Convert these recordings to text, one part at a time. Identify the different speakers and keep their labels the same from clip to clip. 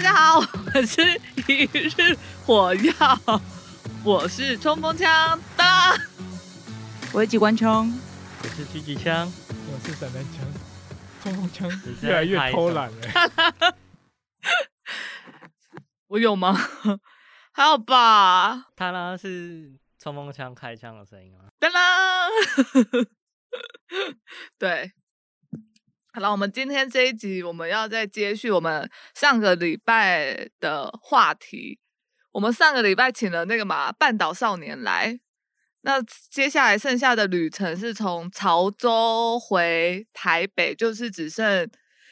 Speaker 1: 家好，我是一日火药，我是冲锋枪的，
Speaker 2: 我是机关枪，
Speaker 3: 我是狙击枪，
Speaker 4: 我是散弹枪，冲锋枪
Speaker 3: 你在
Speaker 4: 越来越
Speaker 3: 拍
Speaker 4: 偷
Speaker 3: 什
Speaker 4: 懒了。
Speaker 1: 我有吗？ 还好吧，
Speaker 3: 他呢是冲锋枪开枪的声音吗？
Speaker 1: 当当， 对。好了，我们今天这一集我们要再接续我们上个礼拜的话题。我们上个礼拜请了那个嘛半岛少年来，那接下来剩下的旅程是从潮州回台北，就是只剩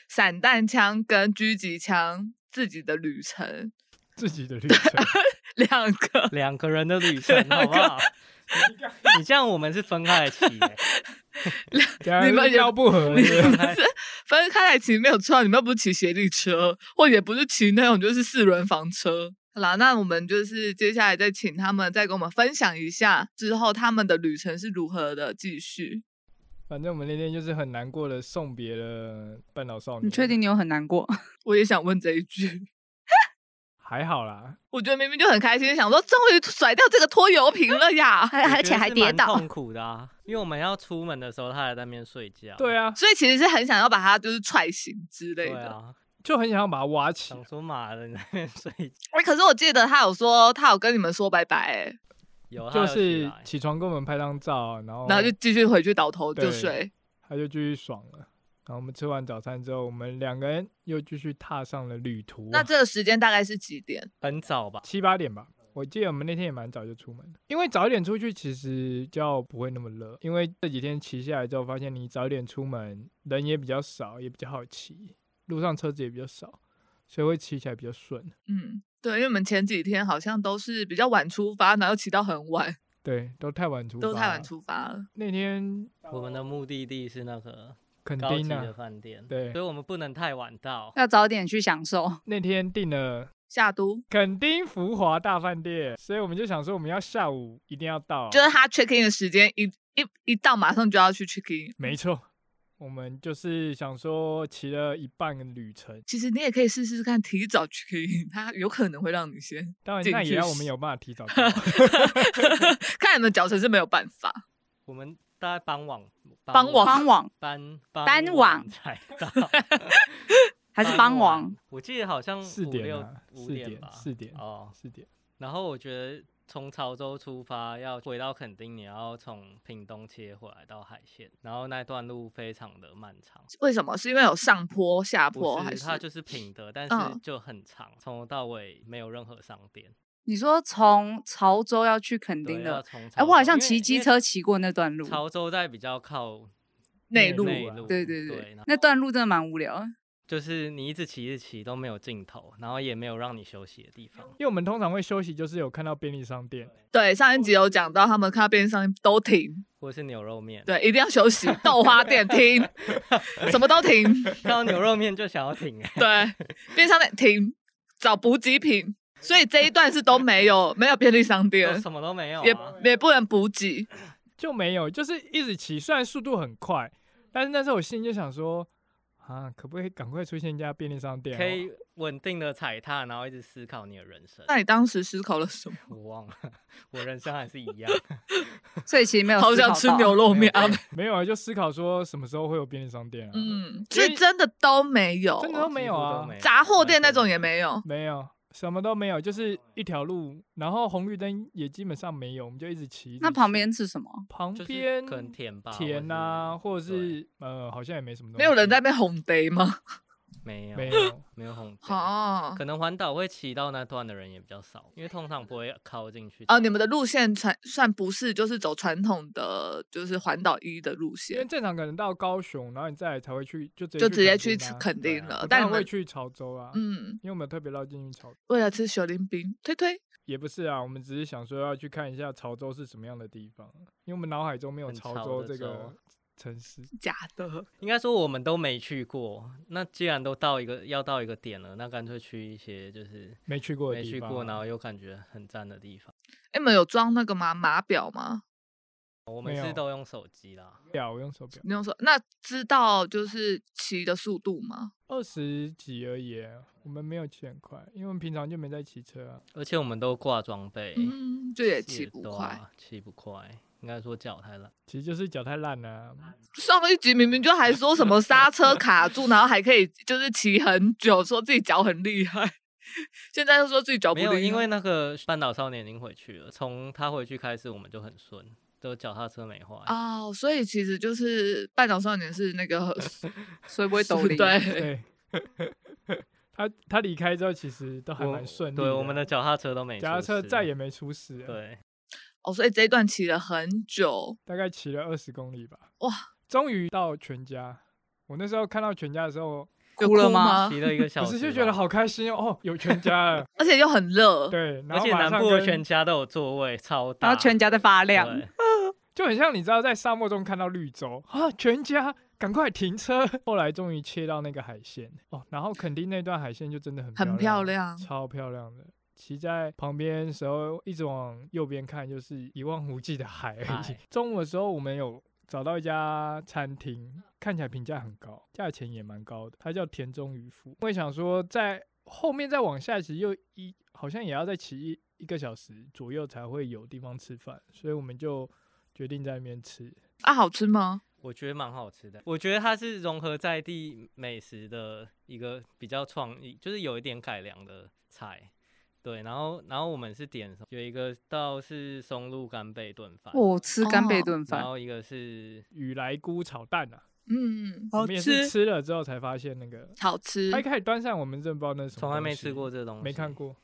Speaker 1: 散弹枪跟狙击枪自己的旅程
Speaker 4: 自己的旅程，
Speaker 1: 两个。
Speaker 3: 两个人的旅程好不 好？你这样我们是分开来骑、欸，
Speaker 4: 等下
Speaker 1: 你们
Speaker 4: 是
Speaker 1: 也
Speaker 4: 腰不 合
Speaker 1: 你
Speaker 4: 是不
Speaker 1: 们
Speaker 4: 是
Speaker 1: 是分开来骑没有错，啊你们又不是骑斜力车，或也不是骑那种就是四轮房车。好啦，那我们就是接下来再请他们再跟我们分享一下之后他们的旅程是如何的继续。
Speaker 4: 反正我们那天就是很难过的送别了半岛少年。
Speaker 2: 你确定？你有很难过？
Speaker 1: 我也想问这一句，
Speaker 4: 还好啦，
Speaker 1: 我觉得明明就很开心，想说终于甩掉这个拖油瓶了呀。
Speaker 2: 而而且 还跌
Speaker 3: 我觉得是蛮
Speaker 2: 倒
Speaker 3: 痛，苦的啊！因为我们要出门的时候，他还在那边睡觉。
Speaker 4: 对
Speaker 3: 啊，
Speaker 4: 啊，
Speaker 1: 所以其实是很想要把它就是踹醒之类
Speaker 3: 对
Speaker 1: 的。
Speaker 3: 啊，
Speaker 4: 就很想要把它挖起来
Speaker 3: 想。说马的你在那边睡觉，
Speaker 1: 哎、可是我记得他有说他有跟你们说拜拜、欸，
Speaker 3: 有他
Speaker 4: 就
Speaker 3: 有起
Speaker 4: 是
Speaker 3: 来
Speaker 4: 起床跟我们拍张照，然后
Speaker 1: 然后就继续回去倒头就
Speaker 4: 对
Speaker 1: 睡。
Speaker 4: 他就继续爽了。然后我们吃完早餐之后，我们两个人又继续踏上了旅途、
Speaker 1: 那这个时间大概是几点？
Speaker 3: 很早吧？
Speaker 4: 七八点吧，我记得我们那天也蛮早就出门了，因为早一点出去其实就不会那么热。因为这几天骑下来之后，发现你早一点出门，人也比较少，也比较好骑，路上车子也比较少，所以会骑起来比较顺。
Speaker 1: 嗯，对，因为我们前几天好像都是比较晚出发，然后骑到很晚，
Speaker 4: 对，都太晚出发，
Speaker 1: 都太晚。出发了。
Speaker 4: 那天
Speaker 3: 我们的目的地是那个
Speaker 4: 肯
Speaker 3: 高级
Speaker 4: 定
Speaker 3: 的
Speaker 4: 啊，
Speaker 3: 饭店，
Speaker 4: 对
Speaker 3: 所以我们不能太晚到。
Speaker 2: 要早点去享受。
Speaker 4: 那天订了
Speaker 1: 下都
Speaker 4: 垦丁福华大饭店，所以我们就想说我们要下午一定要到，
Speaker 1: 就是他 check in 的时间一一一到，马上就要去 check in。
Speaker 4: 没错，我们就是想说骑了一半的旅程，
Speaker 1: 其实你也可以试试看提早 check in，他有可能会让你 先
Speaker 4: 当然
Speaker 1: 进
Speaker 4: 那也
Speaker 1: 去
Speaker 4: 让我们
Speaker 1: 洗
Speaker 4: 有办法 提早到
Speaker 1: 看你们脚程是没有办法。
Speaker 3: 我们大概傍晚，
Speaker 1: 傍晚
Speaker 2: 帮网
Speaker 3: 傍
Speaker 2: 傍
Speaker 3: 傍
Speaker 2: 晚
Speaker 3: 才到，
Speaker 2: 还是帮网？？
Speaker 3: 我记得好像
Speaker 4: 四
Speaker 3: 嗯五
Speaker 4: 点
Speaker 3: 六
Speaker 4: 啊，
Speaker 3: 五
Speaker 4: 四点
Speaker 3: 吧，
Speaker 4: 四点
Speaker 3: 哦。
Speaker 4: 四点，
Speaker 3: 然后我觉得从潮州出发要回到垦丁，你要从屏东切回来到海线，然后那段路非常的漫长。
Speaker 1: 为什么？是因为有上坡、下坡，
Speaker 3: 不
Speaker 1: 还
Speaker 3: 是，
Speaker 1: 是
Speaker 3: 它就是平的，但
Speaker 1: 嗯
Speaker 3: 是就很长，从头到尾没有任何商店。
Speaker 2: 你说从潮州要去垦
Speaker 3: 对，
Speaker 2: 丁
Speaker 3: 要
Speaker 2: 的，
Speaker 3: 从潮
Speaker 2: 哎，
Speaker 3: 州
Speaker 2: 我好像
Speaker 3: 因为
Speaker 2: 骑机
Speaker 3: 因为
Speaker 2: 车骑过那段路，
Speaker 3: 潮州在比较靠
Speaker 1: 内
Speaker 4: 内
Speaker 1: 陆？
Speaker 3: 内
Speaker 4: 啊
Speaker 3: 陆，
Speaker 2: 对对
Speaker 3: 对
Speaker 2: 对
Speaker 3: 然，
Speaker 2: 那段路真的蛮无聊的。
Speaker 3: 就是你一直骑一直骑都没有尽头，然后也没有让你休息的地方。
Speaker 4: 因为我们通常会休息，就是有看到便利商店，
Speaker 1: 对，上一集有讲到，他们看到边上都停，
Speaker 3: 或者是牛肉面，，
Speaker 1: 对，一定要休息。豆花店停，什么都停，
Speaker 3: 看到牛肉面就想要停、欸，
Speaker 1: 对，便利商店停找补给品，所以这一段是都没有没有便利商
Speaker 3: 都
Speaker 1: 店，
Speaker 3: 什么都没有、
Speaker 1: 也
Speaker 3: 啊，
Speaker 1: 也不能补给。
Speaker 4: 就没有，就是一直骑，虽然速度很快，但是那时候我心里就想说，啊，可不可以赶快出现一家便利商店、啊
Speaker 3: 可，以稳定的踩踏，然后一直思考你的人生。
Speaker 1: 那你当时思考了什么？
Speaker 3: 我忘了，我人生还是一样。
Speaker 2: 所以其 实没有
Speaker 1: 好
Speaker 2: 思考
Speaker 1: 想吃
Speaker 2: 到
Speaker 1: 牛肉面啊！
Speaker 4: 没有啊，就思考说什么时候会有便利商店啊？
Speaker 1: 嗯，
Speaker 4: 因
Speaker 1: 所
Speaker 4: 为
Speaker 1: 以真的都没有，
Speaker 4: 真的 都没有
Speaker 3: 几乎
Speaker 4: 啊
Speaker 3: 都没有
Speaker 1: 杂货店那种也没有。
Speaker 4: 没有，什么都没有，就是一条路，然后红绿灯也基本上没有，我们就一直骑。一直
Speaker 2: 那
Speaker 4: 骑
Speaker 2: 旁边是 什么？
Speaker 4: 旁
Speaker 3: 就是
Speaker 4: 边
Speaker 3: 可能田吧，
Speaker 4: 田啊，或者
Speaker 3: 对
Speaker 4: 是呃，好像也没什么东西。
Speaker 1: 没有人在那边哄逮吗？
Speaker 3: 没有
Speaker 4: 没有啊
Speaker 3: 没有红灯
Speaker 1: 哦
Speaker 3: 可能环岛会骑到那段的人也比较少，因为通常不会靠近去。
Speaker 1: 哦，你们的路线传算不是就是走传统的，就是环岛一的路
Speaker 4: 因为
Speaker 1: 线，
Speaker 4: 正常可能到高雄，然后你再来才会去，就直接
Speaker 1: 就直接去
Speaker 4: 垦
Speaker 1: 垦
Speaker 4: 丁啊
Speaker 3: 对
Speaker 1: 丁
Speaker 3: 啊
Speaker 1: 了
Speaker 4: 我。当
Speaker 1: 但
Speaker 4: 然
Speaker 1: 你
Speaker 4: 会
Speaker 1: 们
Speaker 4: 去潮州啊，
Speaker 1: 嗯，
Speaker 4: 因为我们特别绕进去潮，
Speaker 1: 为了吃雪林冰，推推
Speaker 4: 也不是啊，我们只是想说要去看一下潮州是什么样的地方，啊因为我们脑海中没有
Speaker 3: 很
Speaker 4: 潮
Speaker 3: 潮
Speaker 4: 州
Speaker 3: 的
Speaker 4: 这个
Speaker 3: 州
Speaker 4: 城市。
Speaker 1: 假的。
Speaker 3: 应该说我们都没去过。那既然都到一个要到一个点了，那干脆去一些就是
Speaker 4: 没去过的
Speaker 3: 没
Speaker 4: 地
Speaker 3: 去
Speaker 4: 方
Speaker 3: 过，
Speaker 4: 啊
Speaker 3: 然后又感觉很赞的地方。
Speaker 1: 哎，你们有装那个吗？码表吗？
Speaker 3: 我每
Speaker 4: 没
Speaker 3: 次
Speaker 4: 有
Speaker 3: 都用手机啦，
Speaker 4: 表我用手表，
Speaker 1: 你用说，那知道就是骑的速度吗？
Speaker 4: 二十几而已耶，我们没有骑很快，因为我们平常就没在骑车啊。
Speaker 3: 而且我们都挂装备，
Speaker 1: 嗯，就也骑
Speaker 3: 卸
Speaker 1: 不
Speaker 3: 多
Speaker 1: 快。
Speaker 3: 啊，骑不快，应该说脚太懒。
Speaker 4: 其实就是脚太烂了、啊
Speaker 1: 上一集明明就还说什么刹车卡住，然后还可以就是骑很久，说自己脚很厉害，现在又说自己哦脚不
Speaker 3: 没
Speaker 1: 厉害。
Speaker 3: 有，因为那个半岛少年已经回去了，从他回去开始，我们就很顺，都脚踏车没坏。
Speaker 1: 哦，所以其实就是半岛少年是那个
Speaker 2: 所以不会抖零。，
Speaker 1: 对，
Speaker 4: 对， 他他离开之后其实都还
Speaker 3: 我
Speaker 4: 蛮顺利
Speaker 3: 对，我们的
Speaker 4: 的
Speaker 3: 脚踏车都没出事，
Speaker 4: 脚踏车再也没出事，，
Speaker 3: 对，
Speaker 1: 哦，所以这一段骑了很久，
Speaker 4: 大概骑了二十公里吧，
Speaker 1: 哇，
Speaker 4: 终于到全家。我那时候看到全家的时候，
Speaker 1: 有
Speaker 2: 哭了
Speaker 1: 吗，
Speaker 2: 吗？
Speaker 3: 骑了 一个小
Speaker 4: 我
Speaker 3: 时吧，
Speaker 4: 是就觉得好开心哦，哦有全家了
Speaker 1: 而且又很热，
Speaker 4: 对，然
Speaker 3: 而
Speaker 4: 后
Speaker 3: 且
Speaker 4: 马
Speaker 3: 南
Speaker 4: 上
Speaker 3: 部的
Speaker 4: 跟
Speaker 3: 全家都有座位，超大，
Speaker 2: 然后全家在发亮，哦
Speaker 3: 对
Speaker 4: 就很像你知道在沙漠中看到绿洲啊，全家赶快停车。 后来终于切到那个海线哦，然后垦丁那段海线就真的很
Speaker 1: 很漂
Speaker 4: 漂
Speaker 1: 亮
Speaker 4: 超漂亮的。骑在旁边的时候，一直往右边看，就是一望无际的海而已
Speaker 3: 海。
Speaker 4: 中午的时候，我们有找到一家餐厅，看起来评价很高，价钱也蛮高的，它叫田中渔夫。我也想说，在后面再往下骑，又一好像也要再骑一一个小时左右才会有地方吃饭，所以我们就决定在那边吃。
Speaker 1: 啊，好吃吗？
Speaker 3: 我觉得蛮好吃的。我觉得它是融合在地美食的一个比较创意，就是有一点改良的菜。对，然后然后我们是点什么有一个道是松露干贝炖饭，
Speaker 2: 我吃干贝
Speaker 1: 哦
Speaker 2: 炖
Speaker 3: 然
Speaker 2: 饭，
Speaker 3: 后一个是
Speaker 4: 雨来菇炒蛋啊，
Speaker 1: 嗯，
Speaker 4: 我们也是吃了之后才发现那个，
Speaker 1: 好吃
Speaker 4: 它一。开始端上我们真的不知道那是什么，
Speaker 3: 从来没吃过，这东西，
Speaker 4: 没看，过。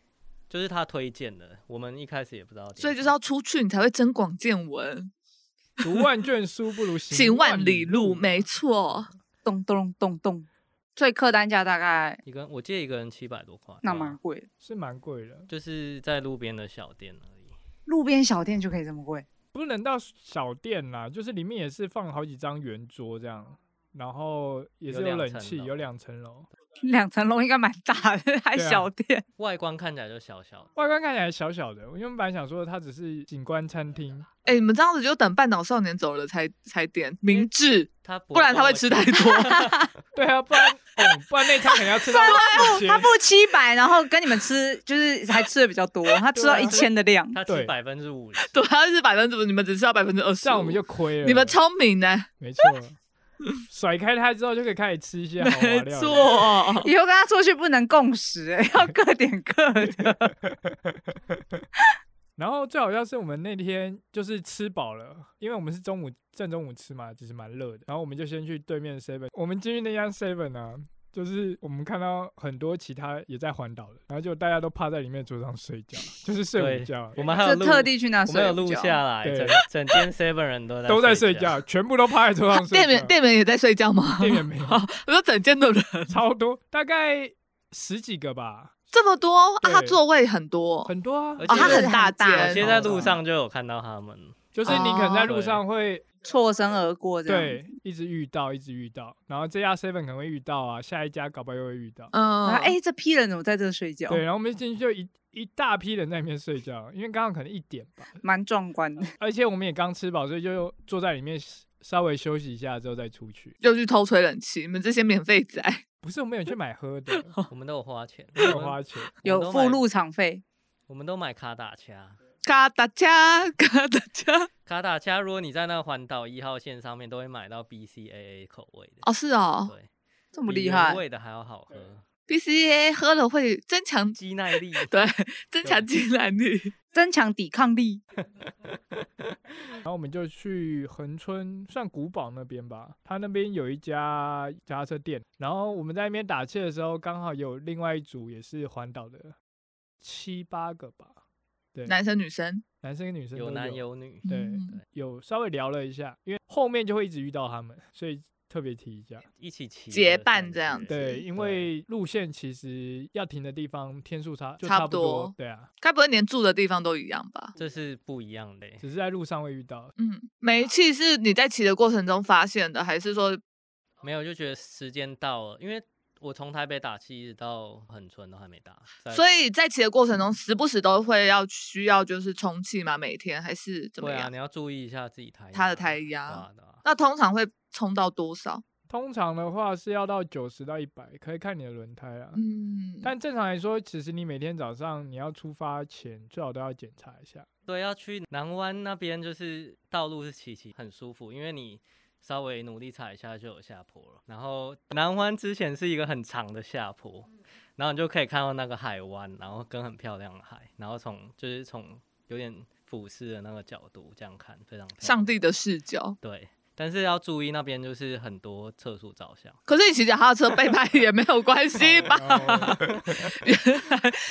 Speaker 3: 就是他推荐的，我们一开始也不知道点什么，
Speaker 1: 所以就是要出去，你才会增广见闻，
Speaker 4: 读万卷书不如
Speaker 1: 行
Speaker 4: 行
Speaker 1: 万里
Speaker 4: 里
Speaker 1: 路，
Speaker 4: 路，
Speaker 1: 没错。
Speaker 2: 咚咚咚咚，所以客单价大概
Speaker 3: 一个人我记得一个人七百多块，
Speaker 2: 那
Speaker 3: 对啊
Speaker 2: 蛮贵的，
Speaker 4: 是蛮贵的，
Speaker 3: 就是在路边的小店而已。
Speaker 2: 路边小店就可以这么贵，
Speaker 4: 不能到小店啦，就是里面也是放好几张圆桌这样，然后也是
Speaker 3: 有两
Speaker 4: 冷
Speaker 3: 层
Speaker 4: 气，
Speaker 3: 楼
Speaker 4: 有两层楼，
Speaker 2: 两层楼应该蛮大的，还
Speaker 4: 对啊
Speaker 2: 小店，
Speaker 3: 外观看起来就小小的，
Speaker 4: 外观看起来小小的，我原本想说它只是景观餐厅，
Speaker 1: 哎、你们这样子就等半岛少年走了才才点，明智，
Speaker 3: 它
Speaker 1: 不然他会吃太多。
Speaker 4: 对啊，不然、哦、不然那餐可能要吃到
Speaker 1: 啊
Speaker 4: 四千
Speaker 2: 他付七百，然后跟你们吃，就是还吃的比较 多，他吃到
Speaker 4: 对
Speaker 2: 一
Speaker 4: 啊
Speaker 2: 千的量，
Speaker 3: 他
Speaker 4: 对
Speaker 3: 吃百分之五十，
Speaker 1: 对，他是百分之，你们只吃到百分之二十，
Speaker 4: 这样我们就亏了。
Speaker 1: 你们聪明呢、
Speaker 4: 没错，甩开它之后就可以开始吃一些豪华
Speaker 1: 没
Speaker 4: 料理。
Speaker 1: 错，
Speaker 2: 以后跟他出去不能共食、欸，要各点各 的。
Speaker 4: 然后最好笑是我们那天就是吃饱了，因为我们是中午正中午吃嘛，其实蛮热的。然后我们就先去对面 seven，我们进去那家 seven 啊，就是我们看到很多其他也在环岛的，然后就大家都趴在里面桌上睡觉，就是睡午
Speaker 3: 对
Speaker 4: 觉，，
Speaker 3: 我们还有
Speaker 2: 就
Speaker 3: 录
Speaker 2: 特地 去那
Speaker 3: 我们
Speaker 2: 睡
Speaker 3: 有
Speaker 2: 午
Speaker 3: 录
Speaker 2: 觉
Speaker 3: 下来，
Speaker 4: 对
Speaker 3: 整整间 seven 人都在
Speaker 4: 都在睡
Speaker 3: 觉
Speaker 4: 觉，，全部都趴在桌上睡
Speaker 1: 店
Speaker 4: 觉。
Speaker 1: 员店员也在睡觉 吗？
Speaker 4: 店员没有，
Speaker 1: 我说整间的人
Speaker 4: 超多，大概十几个吧，
Speaker 1: 这么多啊，
Speaker 4: 对
Speaker 1: 他座位很多
Speaker 4: 很多啊。
Speaker 3: 而
Speaker 1: 哦，
Speaker 3: 且
Speaker 1: 他很大
Speaker 2: 很大
Speaker 3: 有
Speaker 1: 间，哦
Speaker 3: 些在路上就有看到他们，
Speaker 4: 就是你可能在路
Speaker 3: 哦
Speaker 4: 上会
Speaker 2: 错身而过这样。
Speaker 4: 对，一直遇到，一直遇到，然后这家 seven 可能会遇到啊，下一家搞不好又会遇到。
Speaker 1: 嗯，
Speaker 2: 然后哎、这批人怎么在这睡觉？
Speaker 4: 对，然后我们一进去就一一大批人在那边睡觉，因为刚刚可能一点吧，
Speaker 2: 蛮壮观的。
Speaker 4: 而且我们也刚吃饱，所以就坐在里面稍微休息一下之后再出去。
Speaker 1: 又去偷吹冷气，你们这些免费仔，
Speaker 4: 不是我们有去买喝的，
Speaker 3: 我们都有花钱，
Speaker 4: 没 有花钱，
Speaker 3: 我
Speaker 2: 有
Speaker 3: 们都
Speaker 2: 付
Speaker 3: 买
Speaker 2: 入场费，
Speaker 3: 我们都买卡打掐。
Speaker 1: 嘎达加嘎达加，
Speaker 3: 卡打掐，如果你在那个环岛一号线上面，都会买到 BCAA 口味的
Speaker 1: 哦，是哦
Speaker 3: 对，
Speaker 2: 这么
Speaker 3: 比
Speaker 2: 厉
Speaker 3: 原
Speaker 2: 害，
Speaker 3: 味的还要好喝，
Speaker 1: ，BCA 喝了会增强
Speaker 3: 肌耐力。
Speaker 1: 对增强肌耐力，
Speaker 2: 增强抵抗力。
Speaker 4: 然后我们就去恒春，算古堡那边吧，它那边有一家脚踏车店，然后我们在那边打气的时候，刚好有另外一组也是环岛的，七八个吧，对
Speaker 1: 男生女生
Speaker 4: 男生跟女生
Speaker 3: 有
Speaker 4: 都
Speaker 3: 男有女，
Speaker 4: 对
Speaker 1: 嗯
Speaker 4: 有稍微聊了一下，因为后面就会一直遇到他们，所以特别提一下。
Speaker 3: 一起骑
Speaker 1: 结
Speaker 3: 的
Speaker 1: 伴
Speaker 3: 感
Speaker 1: 这样
Speaker 3: 觉
Speaker 1: 子
Speaker 4: 对，因为路线其实要停的地方天数差就
Speaker 1: 差
Speaker 4: 差
Speaker 1: 不
Speaker 4: 不
Speaker 1: 多
Speaker 4: 对啊，
Speaker 1: 该不会连住的地方都一样吧？
Speaker 3: 这是不一样的欸。
Speaker 4: 只是在路上会遇到。
Speaker 1: 嗯，煤气是你在骑的过程中发现的，还是说
Speaker 3: 没有，就觉得时间到了，因为我从台北打气一直到很纯都还没打，
Speaker 1: 所
Speaker 3: 以
Speaker 1: 以在骑的过程中，时不时都会要需要就是充气嘛，每天还是怎么
Speaker 3: 对啊，
Speaker 1: 样？
Speaker 3: 你要注意一下自己胎
Speaker 1: 他的胎
Speaker 3: 压
Speaker 1: 压
Speaker 3: 对啊对啊
Speaker 1: 那通常会充到多少？
Speaker 4: 通常的话是要到九十到一百，可以看你的轮胎啦。
Speaker 1: 嗯，
Speaker 4: 但正常来说，其实你每天早上你要出发前，最好都要检查一下。
Speaker 3: 对，要去南湾那边，就是道路是崎岖，很舒服，因为你稍微努力踩一下就有下坡了。然后南湾之前是一个很长的下坡，
Speaker 1: 嗯
Speaker 3: 然后你就可以看到那个海湾，然后跟很漂亮的海，然后从就是从有点俯视的那个角度这样看，非常漂亮
Speaker 1: 上帝的视角。
Speaker 3: 对。但是要注意那边就是很多测速照相，
Speaker 1: 可是你骑脚踏车被拍也没有关系吧？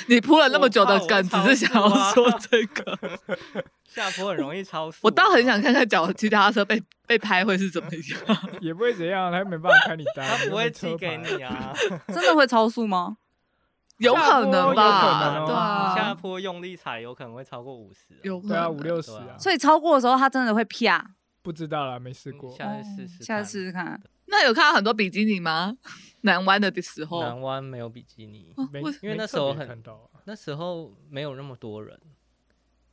Speaker 1: 你铺了那么久的
Speaker 3: 我怕我
Speaker 1: 梗，只
Speaker 3: 超
Speaker 1: 是想要
Speaker 3: 速啊
Speaker 1: 说这个。
Speaker 3: 下坡很容易超速。啊
Speaker 1: 我倒很想看看脚骑脚踏车被被拍会是怎么样。
Speaker 4: 也不会怎样，他没办法开你单，
Speaker 3: 他不会
Speaker 4: 又没
Speaker 3: 寄
Speaker 4: 车
Speaker 3: 给
Speaker 4: 牌。
Speaker 3: 你啊，
Speaker 2: 真的会超速吗？
Speaker 1: 有
Speaker 4: 下
Speaker 1: 可
Speaker 4: 坡
Speaker 1: 能
Speaker 4: 有
Speaker 1: 吧，
Speaker 4: 可能哦
Speaker 1: 对
Speaker 3: 下
Speaker 1: 啊，
Speaker 3: 坡用力踩有可能会超过五十、
Speaker 1: 有可
Speaker 4: 对啊，五
Speaker 1: 能。
Speaker 4: 六十
Speaker 3: 对
Speaker 4: 啊
Speaker 3: 啊，
Speaker 2: 所以超过的时候，它真的会啪。
Speaker 4: 不知道啦，没试
Speaker 3: 嗯
Speaker 4: 过。
Speaker 3: 下次试试看，
Speaker 2: 哦下次试试看。
Speaker 1: 那有看到很多比基尼吗？ 南湾的时候，
Speaker 3: 南湾没有比基尼，
Speaker 1: 哦
Speaker 4: 没，
Speaker 1: 为
Speaker 3: 因为
Speaker 4: 没
Speaker 3: 那
Speaker 4: 特
Speaker 3: 时候
Speaker 4: 别
Speaker 3: 很
Speaker 4: 看到啊，
Speaker 3: 那时候没有那么多人，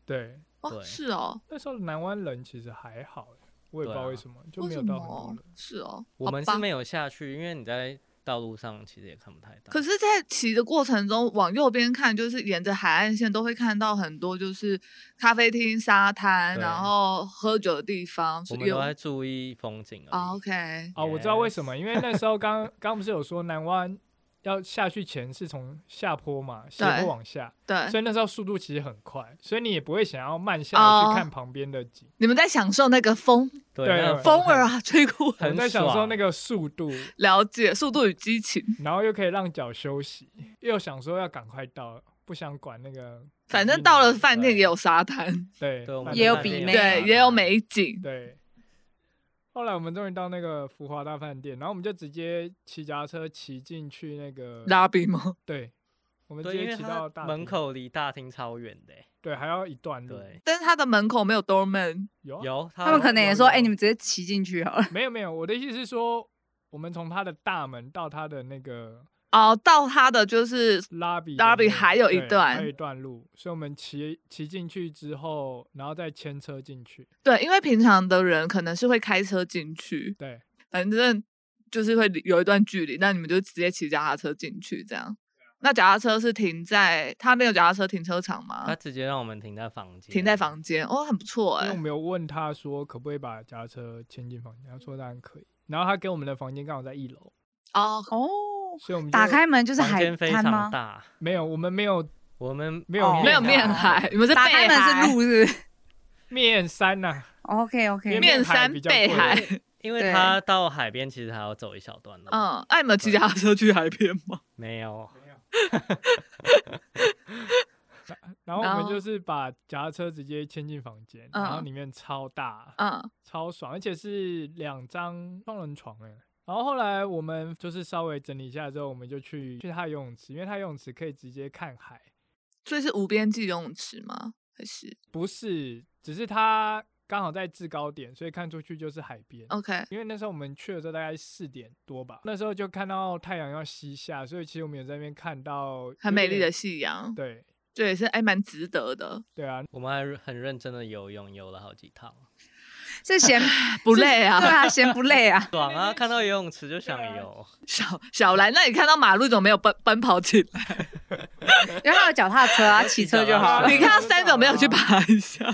Speaker 4: 对，
Speaker 1: 哦
Speaker 3: 对
Speaker 1: 是哦，
Speaker 4: 那时候南湾人其实还好，欸我也
Speaker 3: 啊
Speaker 4: 不知道为什么就
Speaker 1: 为
Speaker 4: 没有
Speaker 1: 什
Speaker 4: 到很多
Speaker 1: 么
Speaker 4: 人。？
Speaker 1: 是哦，
Speaker 3: 我们
Speaker 1: 好
Speaker 3: 是
Speaker 1: 吧
Speaker 3: 没有下去，因为你在道路上其实也看不太到。
Speaker 1: 可是，在骑的过程中，往右边看，就是沿着海岸线都会看到很多，就是咖啡厅、沙滩，
Speaker 3: 对
Speaker 1: 然后喝酒的地方。
Speaker 3: 我
Speaker 1: 所以
Speaker 3: 们
Speaker 1: 有
Speaker 3: 都在注意风景
Speaker 1: 啊
Speaker 3: 而已。
Speaker 1: ，OK，
Speaker 4: 哦，我知道为什么，因为那时候刚 刚不是有说南湾要下去前是从下坡嘛，斜
Speaker 1: 对
Speaker 4: 坡往下，所
Speaker 1: 对，
Speaker 4: 以那时候速度其实很快，所以你也不会想要慢下来
Speaker 1: 哦
Speaker 4: 去看旁边的景。
Speaker 1: 你们在享受那个风
Speaker 3: 对，
Speaker 4: 对
Speaker 3: 那个
Speaker 4: 对
Speaker 1: 风儿
Speaker 3: 很，
Speaker 1: 啊，吹过 来，
Speaker 4: 我
Speaker 3: 很
Speaker 4: 在享受
Speaker 3: 爽
Speaker 4: 那个速度，
Speaker 1: 了解速度与激情。
Speaker 4: 然后又可以让脚休息，又想说要赶快到，不想管那个。
Speaker 1: 反正到
Speaker 4: 啊
Speaker 1: 了饭店
Speaker 3: 对
Speaker 1: 也有沙滩，
Speaker 4: 对
Speaker 3: 对我们
Speaker 4: 饭
Speaker 2: 也有
Speaker 4: 店
Speaker 2: 比
Speaker 4: 那
Speaker 2: 美
Speaker 4: 边
Speaker 1: 对，也有美景。
Speaker 4: 对。后来我们终于到那个福华大饭店，然后我们就直接骑脚踏车骑进去那个，
Speaker 1: 拉比吗？
Speaker 4: 对，我们直
Speaker 3: 对，因
Speaker 4: 接
Speaker 3: 为
Speaker 4: 骑到
Speaker 3: 它
Speaker 4: 大
Speaker 3: 门
Speaker 4: 厅，
Speaker 3: 口离大厅超远的欸。
Speaker 4: 对，还要一段路。
Speaker 3: 对，
Speaker 1: 但是它的门口没有 doorman，
Speaker 4: 有啊
Speaker 3: 有
Speaker 2: 他们可能也说：“
Speaker 4: 有
Speaker 2: 哎、你们直接骑进去好了。
Speaker 4: 没有没有，我的意思是说，我们从他的大门到他的那个
Speaker 1: 哦，到它的就是
Speaker 4: 拉比的
Speaker 1: lobby
Speaker 4: 那个
Speaker 1: 还有一
Speaker 4: 对
Speaker 1: 段
Speaker 4: 还有一段路，所以我们骑骑进去之后，然后再牵车进去。
Speaker 1: 对，因为平常的人可能是会开车进去，
Speaker 4: 对，
Speaker 1: 反正就是会离有一段距离，那你们就直接骑脚踏车进去这样。那脚踏车是停在他没有脚踏车停车场
Speaker 3: 他
Speaker 1: 吗？
Speaker 3: 直接让我们停在房
Speaker 1: 哦
Speaker 3: 间，
Speaker 1: 停在房间哦，很不错哎、
Speaker 4: 因为我们有问他说可不可以把脚踏车牵进房间，他说当然可以。然后他给我们的房间刚好在一楼，
Speaker 1: 哦”，
Speaker 2: 哦，
Speaker 4: 所以我们就
Speaker 2: 打开门就是
Speaker 3: 房
Speaker 2: 海
Speaker 3: 间非
Speaker 2: 滩
Speaker 3: 常
Speaker 2: 吗？
Speaker 3: 大。
Speaker 4: 没有，我们没有
Speaker 3: 我们
Speaker 4: 没有、啊
Speaker 2: 哦
Speaker 1: 没有
Speaker 2: 面
Speaker 1: 面
Speaker 3: 海
Speaker 1: 海，你们是
Speaker 2: 打
Speaker 1: 背
Speaker 2: 开门是
Speaker 1: 海
Speaker 2: 路是不是
Speaker 4: 面山呐、
Speaker 2: ？OK
Speaker 4: 因为
Speaker 2: OK，
Speaker 4: 面
Speaker 1: 面
Speaker 4: 海
Speaker 1: 山
Speaker 4: 比较
Speaker 1: 背
Speaker 4: 贵
Speaker 1: 海，
Speaker 3: 因为
Speaker 2: 对
Speaker 3: 他到海边其实还要走一小段路。，
Speaker 1: 嗯，哎、你们有骑脚踏车去海边吗？
Speaker 3: 没有，
Speaker 4: 然后我
Speaker 1: 然
Speaker 4: 们
Speaker 1: 后
Speaker 4: 就是把脚踏车直接牵进房间，
Speaker 1: 哦嗯
Speaker 4: 然后里面超大，
Speaker 1: 嗯，
Speaker 4: 超爽，而且是两张双人床哎、然后后来我们就是稍微整理一下之后，我们就去去他游泳池，因为他游泳池可以直接看海，
Speaker 1: 所以是无边际游泳池吗？还是
Speaker 4: 不是，只是他刚好在制高点，所以看出去就是海边。
Speaker 1: OK？
Speaker 4: 因为那时候我们去的时候大概四点多吧，那时候就看到太阳要西下，所以其实我们有在那边看到
Speaker 1: 很
Speaker 4: 有
Speaker 1: 美丽的
Speaker 4: 点
Speaker 1: 夕阳，
Speaker 4: 对
Speaker 1: 这也是哎蛮值得的，
Speaker 4: 对啊，
Speaker 3: 我们还很认真的游泳，游了好几趟，。
Speaker 2: 是嫌
Speaker 1: 不累啊
Speaker 2: 对。啊，嫌不累啊
Speaker 3: 爽啊！看到游泳池就想
Speaker 4: 对啊
Speaker 3: 游，
Speaker 1: 小小兰，那你看到马路怎么没有奔奔跑起来？
Speaker 2: 因为他有脚踏车啊，骑车 就好了。
Speaker 1: 你
Speaker 4: 对
Speaker 1: 看
Speaker 4: 啊
Speaker 1: 到山怎么没有去爬一下？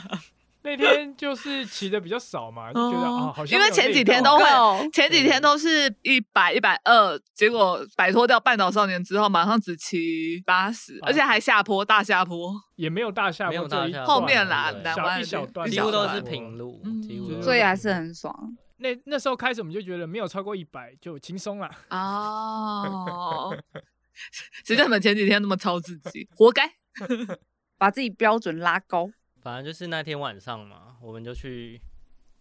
Speaker 4: 那天就是骑的比较少嘛，就觉得啊、
Speaker 1: 哦
Speaker 4: 好
Speaker 1: 因
Speaker 4: 像
Speaker 1: 为
Speaker 4: 没有
Speaker 1: 前几
Speaker 4: 累到
Speaker 1: 天都会
Speaker 4: 啊
Speaker 2: 够
Speaker 1: 前几天都是一百一百二，结果摆脱掉半岛少年之后，马上只骑八十，而且还下坡大下坡。
Speaker 4: 也没有大下坡，
Speaker 3: 没有
Speaker 4: 只有
Speaker 3: 大
Speaker 4: 一
Speaker 3: 下
Speaker 4: 段
Speaker 1: 后面啦
Speaker 4: 对啊
Speaker 1: 南
Speaker 4: 小
Speaker 1: 湾
Speaker 4: 一小段，
Speaker 1: 一
Speaker 3: 几
Speaker 1: 小
Speaker 3: 乎都
Speaker 1: 段
Speaker 3: 是平。路，几乎
Speaker 1: 嗯
Speaker 3: 都
Speaker 2: 所以
Speaker 3: 是
Speaker 2: 还啊是很爽。
Speaker 4: 那那时候开始我们就觉得没有超过一百就轻松了，
Speaker 1: 哦， 谁叫你们前几天那么超自己， 活该。
Speaker 2: 把自己标准拉高。
Speaker 3: 反正就是那天晚上嘛，我们就去，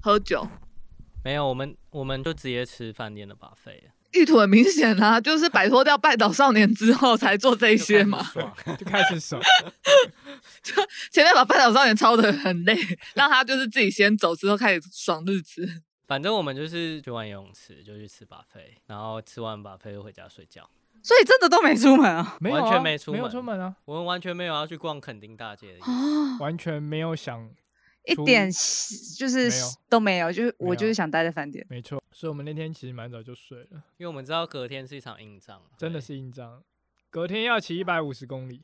Speaker 1: 喝酒
Speaker 3: 没有，我们我们就直接吃饭店的 buffet，
Speaker 1: 意图很明显啊，就是摆脱掉半岛少年之后才做这
Speaker 3: 一
Speaker 1: 些嘛。
Speaker 3: 爽，
Speaker 4: 就开 始爽。
Speaker 1: 前面把半岛少年抄的很累，让他就是自己先走，之后开始爽日子。
Speaker 3: 反正我们就是去完游泳池就去吃 buffet，然后吃完 buffet 就回家睡觉。
Speaker 2: 所以真的都没出门啊。
Speaker 4: 没有、啊，
Speaker 3: 完全没出
Speaker 4: 没有
Speaker 3: 门
Speaker 4: 出 门啊，
Speaker 3: 我们完全没有要去逛垦丁大街的意思。
Speaker 2: 哦，
Speaker 4: 完全没有想，
Speaker 2: 一
Speaker 4: 出
Speaker 2: 点喜就是
Speaker 4: 没有
Speaker 2: 喜都没有，就是
Speaker 4: 没
Speaker 2: 我就
Speaker 4: 有
Speaker 2: 是想待在饭店。
Speaker 4: 没错。所以我们那天其实蛮早就睡了，
Speaker 3: 因为我们知道隔天是一场硬仗，
Speaker 4: 真的
Speaker 3: 对。
Speaker 4: 是硬仗。隔天要骑一百五十公里，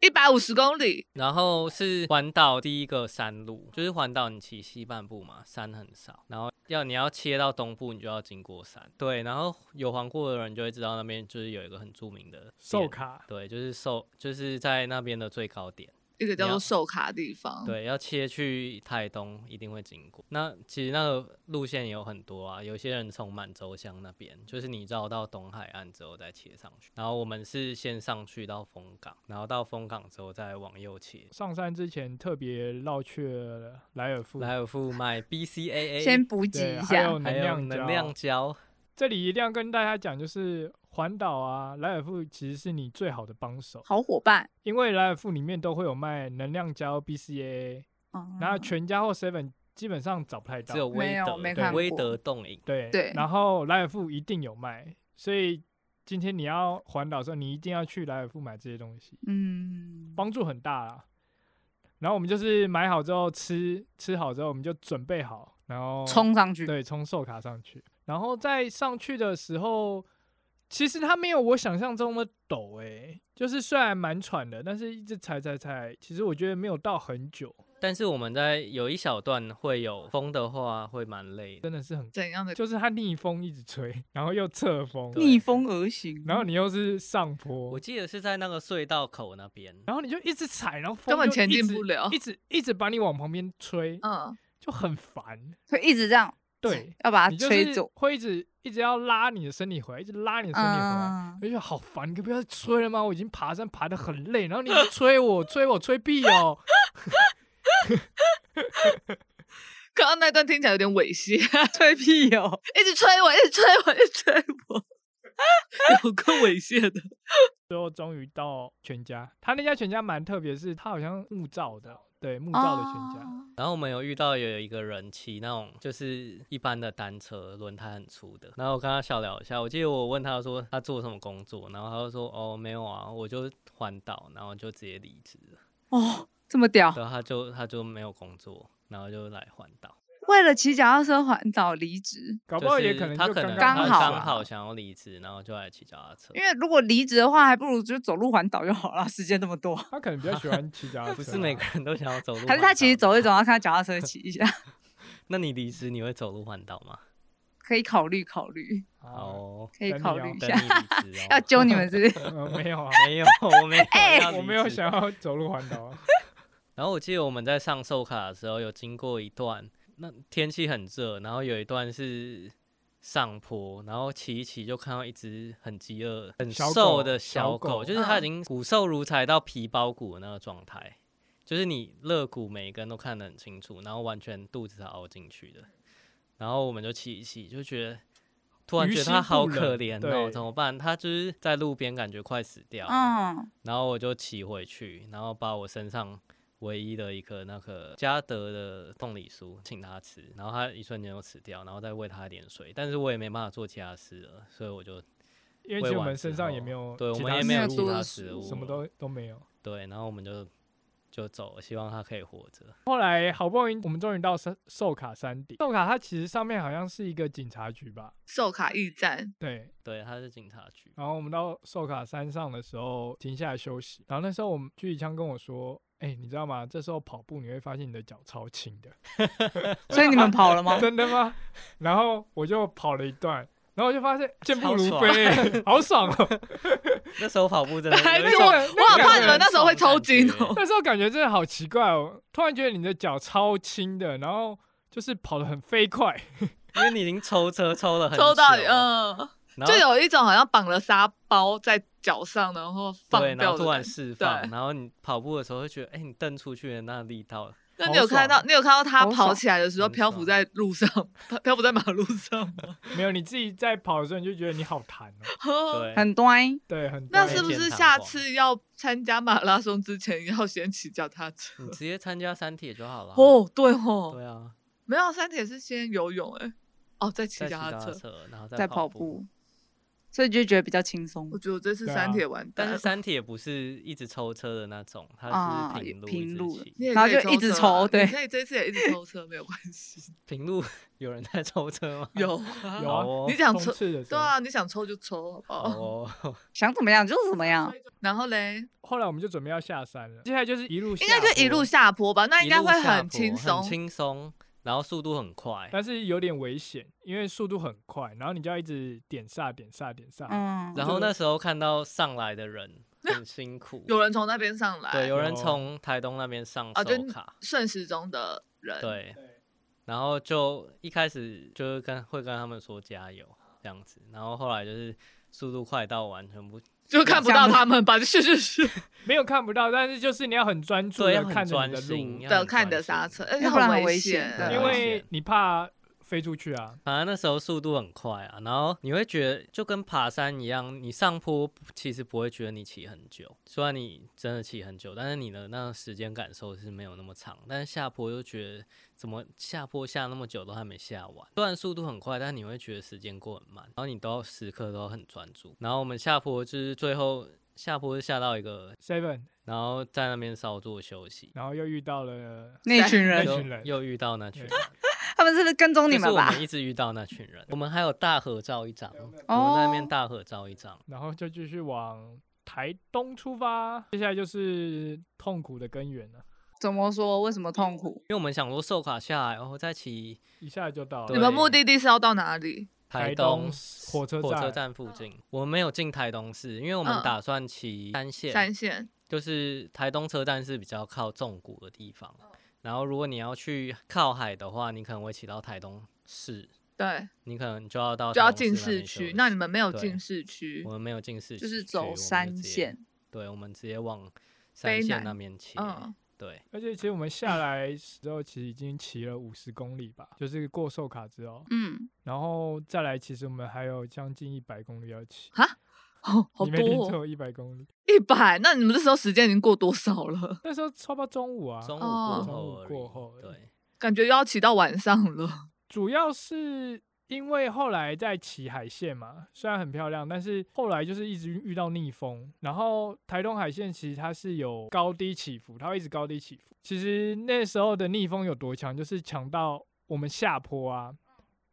Speaker 1: 一百五十公里，
Speaker 3: 然后是环岛第一个山路，就是环岛你骑西半部嘛，山很少，然后要你要切到东部，你就要经过山。对，然后有环过的人就会知道那边就是有一个很著名的
Speaker 4: 寿
Speaker 3: 点，
Speaker 4: 卡
Speaker 3: 对，就是寿，就是在那边的最高点。
Speaker 1: 一个叫
Speaker 3: 你
Speaker 1: 做
Speaker 3: 要
Speaker 1: 寿卡的地方。，
Speaker 3: 对，要切去台东一定会经过。那其实那个路线有很多啊，有些人从满洲乡那边，就是你绕到东海岸之后再切上去。然后我们是先上去到丰港，然后到丰港之后再往右切。
Speaker 4: 上山之前特别绕去了莱尔富，
Speaker 3: 莱尔富买 BCAA，
Speaker 2: 先补给
Speaker 4: 对，
Speaker 2: 一
Speaker 4: 还
Speaker 2: 下
Speaker 4: 有，能
Speaker 3: 还有
Speaker 4: 量
Speaker 3: 能
Speaker 4: 胶
Speaker 3: 量胶，
Speaker 4: 这里一定要跟大家讲，就是环岛啊，莱尔富其实是你最好的帮手，
Speaker 2: 好伙伴。
Speaker 4: 因为莱尔富里面都会有卖能量胶 BCA，
Speaker 2: 嗯
Speaker 4: 然后全家或 Seven 基本上找不太到，
Speaker 3: 只有
Speaker 2: 没
Speaker 3: 威
Speaker 2: 有
Speaker 3: 德
Speaker 2: 没
Speaker 3: 对
Speaker 2: 看
Speaker 3: 威
Speaker 2: 过
Speaker 3: 德冻饮。
Speaker 4: 对
Speaker 2: 对
Speaker 4: 然后莱尔富一定有卖，所以今天你要环岛的时候，你一定要去莱尔富买这些东西，
Speaker 2: 嗯，
Speaker 4: 帮助很大啦。然后我们就是买好之后吃，吃好之后我们就准备好，然后
Speaker 2: 冲上去，
Speaker 4: 哦对，冲售卡上去，然后在上去的时候，其实它没有我想象中的陡诶、就是虽然蛮喘的，但是一直踩踩踩，其实我觉得没有到很久，
Speaker 3: 但是我们在有一小段会有风的话，会蛮累的。
Speaker 4: 真的是很，
Speaker 1: 怎样的？
Speaker 4: 就是它逆风一直吹，然后又侧风，
Speaker 3: 对逆
Speaker 2: 风而行
Speaker 4: 然后你又是上
Speaker 3: 我
Speaker 4: 坡，
Speaker 3: 记得是在那个隧道口那边，
Speaker 2: 啊
Speaker 4: 然后你就一直踩，然后风
Speaker 1: 根本
Speaker 4: 就
Speaker 1: 前
Speaker 4: 一
Speaker 1: 进
Speaker 4: 直
Speaker 1: 不了
Speaker 4: 一直一直把你往旁边吹，
Speaker 1: 嗯，
Speaker 4: 就很烦，
Speaker 2: 会一直这样，
Speaker 4: 对。
Speaker 2: 要把它
Speaker 4: 你就
Speaker 2: 吹
Speaker 4: 是
Speaker 2: 走。
Speaker 4: 会一直一直要拉你的身体回来，一直拉你的身体回来，
Speaker 2: 嗯，
Speaker 4: 我就觉得好烦，你可不要再催了吗？我已经爬山爬得很累，然后你一直催我，催我，催屁哦！
Speaker 1: 刚刚那段听起来有点猥亵，
Speaker 2: 吹屁哦，
Speaker 1: 一直催我，一直催我，一直催我，有个猥亵的。
Speaker 4: 最后终于到全家，他那家全家蛮特别，是他好像木造的，对，木造的全家，
Speaker 2: 哦
Speaker 3: 然后我们有遇到有一个人骑那种就是一般的单车，轮胎很粗的。然后我跟他小聊一下，我记得我问他说他做什么工作，然后他就说哦没有啊，我就环岛，然后就直接离职了。
Speaker 2: 哦，这么屌！
Speaker 3: 然后他就他就没有工作，然后就来环岛。
Speaker 2: 为了骑脚踏车环岛离职，
Speaker 4: 搞不
Speaker 3: 就
Speaker 4: 好
Speaker 3: 是
Speaker 4: 也可能
Speaker 3: 他
Speaker 4: 就
Speaker 3: 可能
Speaker 4: 刚
Speaker 3: 他
Speaker 2: 刚
Speaker 4: 好
Speaker 2: 好
Speaker 4: 啊
Speaker 3: 刚好想要离职，然后就来骑脚踏车
Speaker 2: 因。为如果离职的话，还不如就走路环岛就好了，时间那么多。
Speaker 4: 他可能比较喜欢骑脚踏车啊，
Speaker 3: 不是每个人都想要走路，
Speaker 2: 还是他其实？走一走，然后看到脚踏车骑一下，
Speaker 3: 那你离职你会走路环岛吗？
Speaker 2: 可以考虑考虑，
Speaker 3: 好
Speaker 4: 好，
Speaker 3: 哦，
Speaker 2: 可以
Speaker 4: 等你
Speaker 2: 考
Speaker 4: 哦
Speaker 2: 虑一
Speaker 3: 等
Speaker 2: 下。
Speaker 3: 你离职
Speaker 2: 要
Speaker 3: 哦。
Speaker 2: 揪你们是不是？
Speaker 4: 呃 没有啊，
Speaker 3: 没有，我没有，要
Speaker 4: 哎我
Speaker 3: 离
Speaker 4: 没有
Speaker 3: 职
Speaker 4: 想要走路环 岛啊，
Speaker 3: 然后我记得我们在上售卡的时候，有经过一段，那天气很热，然后有一段是上坡，然后骑一骑就看到一只很饥饿、很
Speaker 4: 小
Speaker 3: 瘦
Speaker 4: 狗
Speaker 3: 的
Speaker 4: 小
Speaker 3: 小狗，
Speaker 4: 狗
Speaker 3: 就是它已
Speaker 1: 嗯
Speaker 3: 经骨瘦如柴到皮包骨的那个状态，就是你肋骨每一根都看得很清楚，然后完全肚子是凹进去的。然后我们就骑一骑，就觉得突然
Speaker 4: 于
Speaker 3: 觉得
Speaker 4: 心
Speaker 3: 它好
Speaker 4: 不忍
Speaker 3: 可怜哦，
Speaker 4: 对
Speaker 3: 怎么办？它就是在路边感觉快死掉了，
Speaker 2: 嗯，
Speaker 3: 然后我就骑回去，然后把我身上唯一的一个那个嘉德的凤梨酥请他吃，然后他一瞬间就吃掉，然后再喂他一点水，但是我也没办法做其他事了，所以我就
Speaker 4: 因
Speaker 3: 喂
Speaker 4: 为其实我
Speaker 3: 完
Speaker 4: 们
Speaker 3: 之
Speaker 4: 身上也
Speaker 3: 后
Speaker 4: 没有
Speaker 3: 对，我
Speaker 4: 哦其
Speaker 3: 们
Speaker 4: 他
Speaker 3: 也没有
Speaker 4: 食
Speaker 3: 其
Speaker 4: 物
Speaker 1: 多
Speaker 3: 他
Speaker 1: 的
Speaker 3: 食
Speaker 1: 食
Speaker 3: 物，
Speaker 1: 物
Speaker 4: 什么都都没有。
Speaker 3: 对，然后我们就就走了，希望他可以活着。
Speaker 4: 后来好不容易我们终于到山寿卡山顶，寿卡它其实上面好像是一个警察局吧，
Speaker 1: 寿卡驿站，
Speaker 4: 对，
Speaker 3: 对，他是警察局，
Speaker 4: 然后我们到寿卡山上的时候停下来休息，然后那时候我们狙击枪跟我说：“哎、你知道吗？这时候跑步你会发现你的脚超 轻的，？
Speaker 2: 所以你们跑了吗
Speaker 4: 真的吗？”然后我就跑了一段，然后我就发现健步
Speaker 3: 超
Speaker 4: 如
Speaker 3: 爽
Speaker 4: 飞、好爽哦！
Speaker 3: 那时候跑步 真的
Speaker 1: 还
Speaker 3: 有一
Speaker 1: 是
Speaker 3: 种
Speaker 1: 我我好
Speaker 4: 那
Speaker 1: 怕
Speaker 4: 个
Speaker 1: 你们那时候会抽筋
Speaker 3: 那种
Speaker 1: 哦。
Speaker 4: 那时候感觉真的好奇怪哦，突然觉得你的脚超轻的，然后就是跑得很飞快，
Speaker 3: 因为你已经抽车抽了很久，
Speaker 1: 哦 抽到嗯，
Speaker 3: 然后
Speaker 1: 就有一种好像绑了沙包在脚上，然后放
Speaker 3: 对，然
Speaker 1: 掉
Speaker 3: 后
Speaker 1: 的
Speaker 3: 突然
Speaker 1: 感觉。
Speaker 3: 释
Speaker 1: 对
Speaker 3: 放，然后你跑步的时候会觉得，哎、你蹬出去的那力道
Speaker 1: 那
Speaker 4: 好
Speaker 1: 你有看到
Speaker 4: 爽
Speaker 1: 你有看到它
Speaker 2: 好
Speaker 1: 跑
Speaker 2: 爽
Speaker 1: 起来的时候
Speaker 3: 很
Speaker 1: 漂浮
Speaker 3: 爽
Speaker 1: 在路上，漂浮在马路上吗？
Speaker 4: 没有你自己在跑的时候你就觉得你好弹 哦，
Speaker 3: 对，
Speaker 2: 很哎端，
Speaker 4: 对，很
Speaker 1: 那
Speaker 4: 对
Speaker 1: 是不
Speaker 3: 健
Speaker 1: 是
Speaker 3: 谈
Speaker 1: 下
Speaker 3: 话
Speaker 1: 次要参加马拉松之前要先骑脚踏车
Speaker 3: 你？直接参加三铁就好了。，啊
Speaker 1: 哦，对哦，
Speaker 3: 对啊，
Speaker 1: 没有三铁是先游泳哎、哦，再骑
Speaker 3: 再骑
Speaker 1: 脚
Speaker 3: 脚
Speaker 1: 踏
Speaker 3: 踏
Speaker 1: 车，
Speaker 3: 车，然后再
Speaker 2: 在
Speaker 3: 跑
Speaker 2: 跑。步。所以就觉得比较轻松
Speaker 1: 我。觉得我这次
Speaker 4: 对
Speaker 1: 删
Speaker 4: 啊
Speaker 1: 帖完蛋
Speaker 3: 但
Speaker 1: 了，
Speaker 3: 是山铁不是一直抽车的那种，它
Speaker 2: 啊
Speaker 3: 是平路一直
Speaker 2: 平路
Speaker 3: 骑
Speaker 1: 你也
Speaker 2: 然后
Speaker 1: 可以
Speaker 2: 就一直
Speaker 1: 车啊
Speaker 2: 抽
Speaker 1: 你
Speaker 2: 对
Speaker 1: 可以这次也一直抽车，没有关 系。
Speaker 3: 平路有人在抽车 吗？
Speaker 1: 有，
Speaker 4: 有
Speaker 3: 好
Speaker 4: 啊
Speaker 3: 哦
Speaker 1: 你讲
Speaker 4: 冲
Speaker 1: 抽，
Speaker 4: 刺的时
Speaker 1: 对
Speaker 4: 候。
Speaker 1: 啊，你想抽就抽，好不
Speaker 3: 好
Speaker 1: 好？
Speaker 3: 哦，
Speaker 2: 想怎么样就怎么样，
Speaker 1: 然后嘞，
Speaker 4: 后来我们就准备要下山了，接下来就是一路
Speaker 1: 应该
Speaker 4: 下
Speaker 1: 就一路
Speaker 4: 坡，
Speaker 1: 下坡吧，那应该
Speaker 3: 一路
Speaker 1: 会
Speaker 3: 下
Speaker 1: 很
Speaker 3: 坡
Speaker 1: 轻松
Speaker 3: 很。轻松，然后速度很快，
Speaker 4: 但是有点危险，因为速度很快，然后你就要一直点刹、点刹、点刹。
Speaker 2: 嗯，
Speaker 3: 然后那时候看到上来 的人很辛苦，
Speaker 1: 有人从那边上来，
Speaker 3: 对，有人
Speaker 4: 有
Speaker 3: 从台东那边上
Speaker 1: 啊，就呃
Speaker 3: 手卡，
Speaker 1: 顺时钟的人，，
Speaker 3: 对
Speaker 4: 对，
Speaker 3: 然后就一开始就是跟会跟他们说加油这样子，然后后来就是速度快到完全不，
Speaker 1: 就看不到他们吧，是是是
Speaker 4: 没有看不到，但是就是你要很专注
Speaker 3: 对，
Speaker 4: 的
Speaker 3: 要很
Speaker 4: 看着你
Speaker 3: 专
Speaker 4: 的
Speaker 3: 心，
Speaker 4: 路，
Speaker 3: 要
Speaker 1: 的
Speaker 3: 很
Speaker 1: 看你
Speaker 3: 专
Speaker 1: 的刹
Speaker 3: 心
Speaker 1: 车，而且
Speaker 2: 要不然
Speaker 1: 很
Speaker 2: 很危
Speaker 1: 险
Speaker 2: 险
Speaker 1: 啊，
Speaker 2: 对
Speaker 4: 因
Speaker 2: 啊
Speaker 4: 为你怕飞出去啊。
Speaker 3: 反正那时候速度很快啊，然后你会觉得就跟爬山一样，你上坡其实不会觉得你骑很久，虽然你真的骑很久，但是你的那个时间感受是没有那么长，但是下坡又觉得怎么下坡下那么久都还没下完，虽然速度很快，但你会觉得时间过很慢，然后你都要时刻都要很专注。然后我们下坡就是最后下坡就下到一个，
Speaker 4: Seven，
Speaker 3: 然后在那边稍作休息，
Speaker 4: 然后又遇到了
Speaker 2: 那 群
Speaker 4: 那
Speaker 2: 人
Speaker 3: 又
Speaker 4: 群人
Speaker 3: 又遇到那群人。
Speaker 2: 他们是不是跟踪
Speaker 3: 就
Speaker 2: 你
Speaker 3: 是
Speaker 2: 们
Speaker 3: 我
Speaker 2: 吧
Speaker 3: 们？一直遇到那群人，我们还有大合照一张，我们
Speaker 2: 哦
Speaker 3: 那边大合照一张，
Speaker 4: 然后就继续往台东出发，接下来就是痛苦的根源了，
Speaker 2: 怎么说？为什么痛苦？
Speaker 3: 因为我们想说寿卡下来，然后再骑
Speaker 4: 一下就到
Speaker 1: 你
Speaker 3: 对
Speaker 4: 了。
Speaker 1: 们目的地是要到哪里？
Speaker 4: 台
Speaker 3: 东
Speaker 4: 东火车
Speaker 3: 火车
Speaker 4: 站
Speaker 3: 站附近。我们没有进台东市，因为我们
Speaker 1: 嗯
Speaker 3: 打算骑三线，
Speaker 1: 三线，
Speaker 3: 就是台东车站是比较靠纵谷的地方。
Speaker 1: 嗯
Speaker 3: 然后如果你要去靠海的话，你可能会骑到台东市，
Speaker 1: 对，
Speaker 3: 你可能就要到
Speaker 1: 就要
Speaker 3: 台东
Speaker 1: 进
Speaker 3: 那
Speaker 1: 市
Speaker 3: 边休
Speaker 1: 区
Speaker 3: 息。
Speaker 1: 那你们没有
Speaker 3: 对
Speaker 1: 进市区
Speaker 3: 我，们没有进市区，
Speaker 2: 就是
Speaker 3: 我
Speaker 2: 走
Speaker 3: 们就
Speaker 2: 山
Speaker 3: 直接，
Speaker 2: 线，
Speaker 3: 对，我们直接往
Speaker 1: 卑
Speaker 3: 三线
Speaker 1: 南
Speaker 3: 那边骑。
Speaker 1: 嗯，
Speaker 3: 对，
Speaker 4: 而且其实我们下来之后，其实已经骑了五十公里吧，就是过寿卡之后，
Speaker 2: 嗯，
Speaker 4: 然后再来，其实我们还有将近一百公里要骑。
Speaker 1: 好好
Speaker 4: 你没听
Speaker 1: 多哦，
Speaker 4: 错，一百公里。
Speaker 1: 一百，那你们这时候时间已经过多少了？
Speaker 4: 那时候差不多中午啊，
Speaker 3: 中午
Speaker 1: 哦
Speaker 3: 过
Speaker 4: 中午
Speaker 3: 后而已，
Speaker 4: 过后而已
Speaker 3: 对，
Speaker 1: 感觉又要骑到晚上了，
Speaker 4: 主要是因为后来在骑海线嘛，虽然很漂亮，但是后来就是一直遇到逆风。然后台东海线其实它是有高低起伏，它会一直高低起伏。其实那时候的逆风有多强，就是强到我们下坡啊，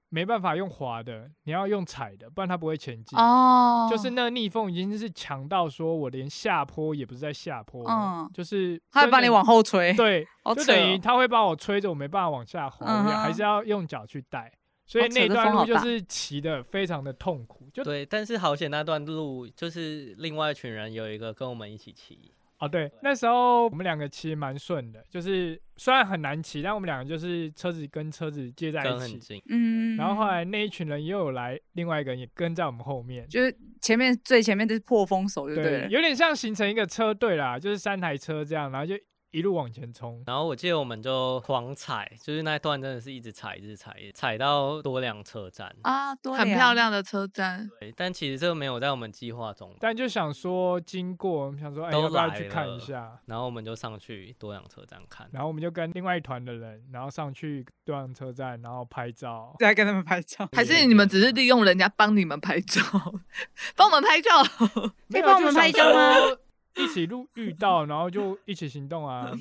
Speaker 4: 没办法用滑的，你要用踩的，不然它不会前进。
Speaker 2: 哦，
Speaker 4: 就是那个逆风已经是强到说，我连下坡也不是在下坡，哦
Speaker 2: 嗯
Speaker 4: 就是
Speaker 2: 他会把
Speaker 4: 真的
Speaker 2: 你往后推，
Speaker 4: 对，
Speaker 2: 好
Speaker 4: 就
Speaker 2: 扯
Speaker 4: 等于
Speaker 2: 哦
Speaker 4: 他会把我吹着，我没办法往下滑，
Speaker 2: 嗯
Speaker 4: 我也
Speaker 2: 哼
Speaker 4: 还是要用脚去带，所以
Speaker 2: 好扯
Speaker 4: 那
Speaker 2: 这
Speaker 4: 段
Speaker 2: 风
Speaker 4: 路
Speaker 2: 好
Speaker 4: 就
Speaker 2: 大
Speaker 4: 是骑的非常的痛苦，就
Speaker 3: 对，但是好险那段路就是另外一群人有一个跟我们一起骑，
Speaker 4: 啊对，那时候我们两个骑蛮顺的，就是虽然很难骑，但我们两个就是车子跟车子接在
Speaker 3: 跟
Speaker 4: 一
Speaker 3: 很
Speaker 4: 起，
Speaker 3: 近，
Speaker 2: 嗯，
Speaker 4: 然后后来那一群人又有来，另外一个人也跟在我们后面，
Speaker 2: 就是前面最前面就是破风手就对
Speaker 4: 对，
Speaker 2: 了，
Speaker 4: 有点像形成一个车队啦，就是三台车这样，然后就一路往前冲。
Speaker 3: 然后我记得我们就狂踩，就是那一段真的是一直踩，一直踩，一直踩到多良车站。
Speaker 2: 啊，多
Speaker 1: 很
Speaker 2: 良
Speaker 1: 漂，亮的车站，
Speaker 3: 对，但其实这个没有在我们计划中，
Speaker 4: 但就想说经过，我们想说，哎，
Speaker 3: 都
Speaker 4: 要不要
Speaker 3: 来
Speaker 4: 去看一
Speaker 3: 了
Speaker 4: 下？
Speaker 3: 然后我们就上去多良车站看，
Speaker 4: 然后我们就跟另外一团的人，然后上去对岸车站，然后拍照。
Speaker 2: 在跟他们拍照，
Speaker 1: 还是你们只是利用人家帮你们拍照， 帮我们拍照？
Speaker 4: 没
Speaker 2: 可以
Speaker 4: 有
Speaker 2: 帮我们拍照？
Speaker 4: 就想说 一起路遇到，然后就一起行动啊，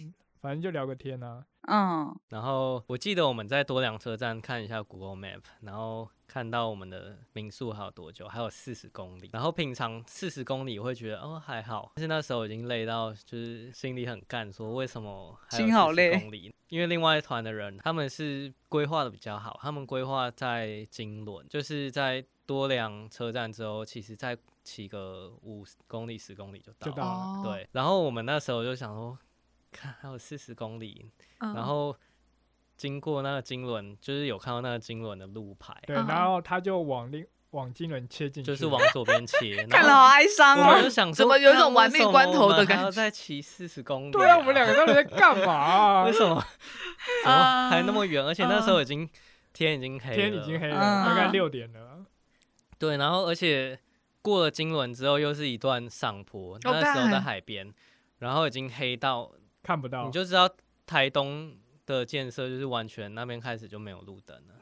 Speaker 4: 反正就聊个天啊。
Speaker 2: 嗯，
Speaker 3: 然后我记得我们在多良车站看一下 Google Map，然后看到我们的民宿还有多久，还有四十公里。然后平常四十公里会觉得哦还好，但是那时候已经累到就是心里很干，说为什么还有
Speaker 2: 心好
Speaker 3: 40
Speaker 2: 累
Speaker 3: 公里？因为另外一团的人他们是规划的比较好，他们规划在金轮，就是在多良车站之后，其实再骑个五公里十公里就到
Speaker 4: 就
Speaker 3: 了。
Speaker 4: 到了
Speaker 1: 哦，
Speaker 3: 对，然后我们那时候就想说，看还有四十公里，
Speaker 1: 嗯，
Speaker 3: 然后经过那个金轮，就是有看到那个金轮的路牌，
Speaker 4: 对，
Speaker 1: 嗯
Speaker 4: 然后他就往另往金轮切进去，
Speaker 3: 就是往左 边切
Speaker 2: 。看了好哀伤
Speaker 3: 然后我们
Speaker 2: 哦
Speaker 3: 就，想说，
Speaker 1: 啊怎么有一种
Speaker 3: 干
Speaker 1: 玩命关头的感觉
Speaker 3: 为什么我们还要再骑四十公里、
Speaker 4: 对啊，我们两个到底在干嘛啊、
Speaker 3: 为什么？怎么还那么远？而且那时候已经天已经黑了，
Speaker 4: 天已经黑了，
Speaker 2: 嗯
Speaker 4: 大概六点了。
Speaker 3: 对，然后而且过了金轮之后，又是一段上坡，
Speaker 1: 好
Speaker 3: 那时
Speaker 1: 大
Speaker 3: 候
Speaker 1: 欸
Speaker 3: 在海边，然后已经黑到
Speaker 4: 看不到
Speaker 3: 你，就知道台东的建设就是完全那边开始就没有路灯了，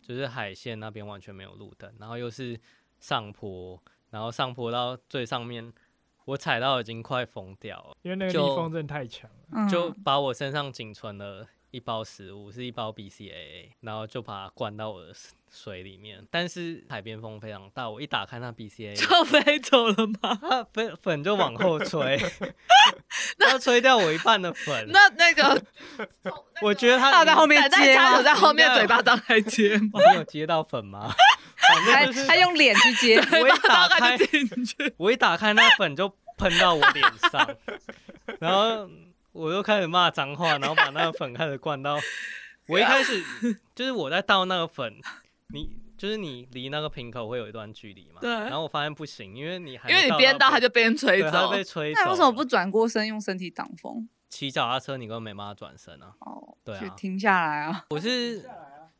Speaker 3: 就是海线那边完全没有路灯，然后又是上坡，然后上坡到最上面，我踩到已经快疯掉了，
Speaker 4: 因为那个
Speaker 3: 就
Speaker 4: 逆风真的太强了。
Speaker 2: 嗯
Speaker 3: 就把我身上仅存的一包食物是一包 BCAA，然后就把它灌到我的水里面。但是海边风非常大，我一打开那 BCAA，
Speaker 1: 就飞走 了吗？
Speaker 3: 它的粉粉就往后吹，它吹掉我一半的粉。
Speaker 1: 那那 个
Speaker 3: 我觉得它
Speaker 2: 倒在后面
Speaker 1: 奶奶
Speaker 2: 接
Speaker 1: 家
Speaker 2: 吗
Speaker 1: 有在后面
Speaker 3: 应该有
Speaker 1: 嘴巴张 开接吗？
Speaker 3: 我没有接到粉吗？ 反
Speaker 2: 还
Speaker 3: 正就是
Speaker 2: 还用脸去接，
Speaker 3: 我一
Speaker 1: 大
Speaker 3: 打
Speaker 1: 概
Speaker 3: 开
Speaker 1: 就进去，
Speaker 3: 我一打开那粉就喷到我脸上，然后我就开始骂脏话，然后把那个粉开始灌到。我一开始就是我在倒那个粉，你就是你离那个瓶口会有一段距离嘛。
Speaker 1: 对
Speaker 3: 然后我发现不行，因为你还
Speaker 1: 因为你边
Speaker 3: 倒
Speaker 1: 倒，它就边吹
Speaker 3: 被对，它
Speaker 1: 走
Speaker 3: 会。被吹走了。
Speaker 2: 那为什么不转过身用身体挡风？
Speaker 3: 骑脚踏车？你根本没办法转身啊！
Speaker 2: 哦，
Speaker 3: 对啊
Speaker 2: 就停下来啊，
Speaker 3: 我是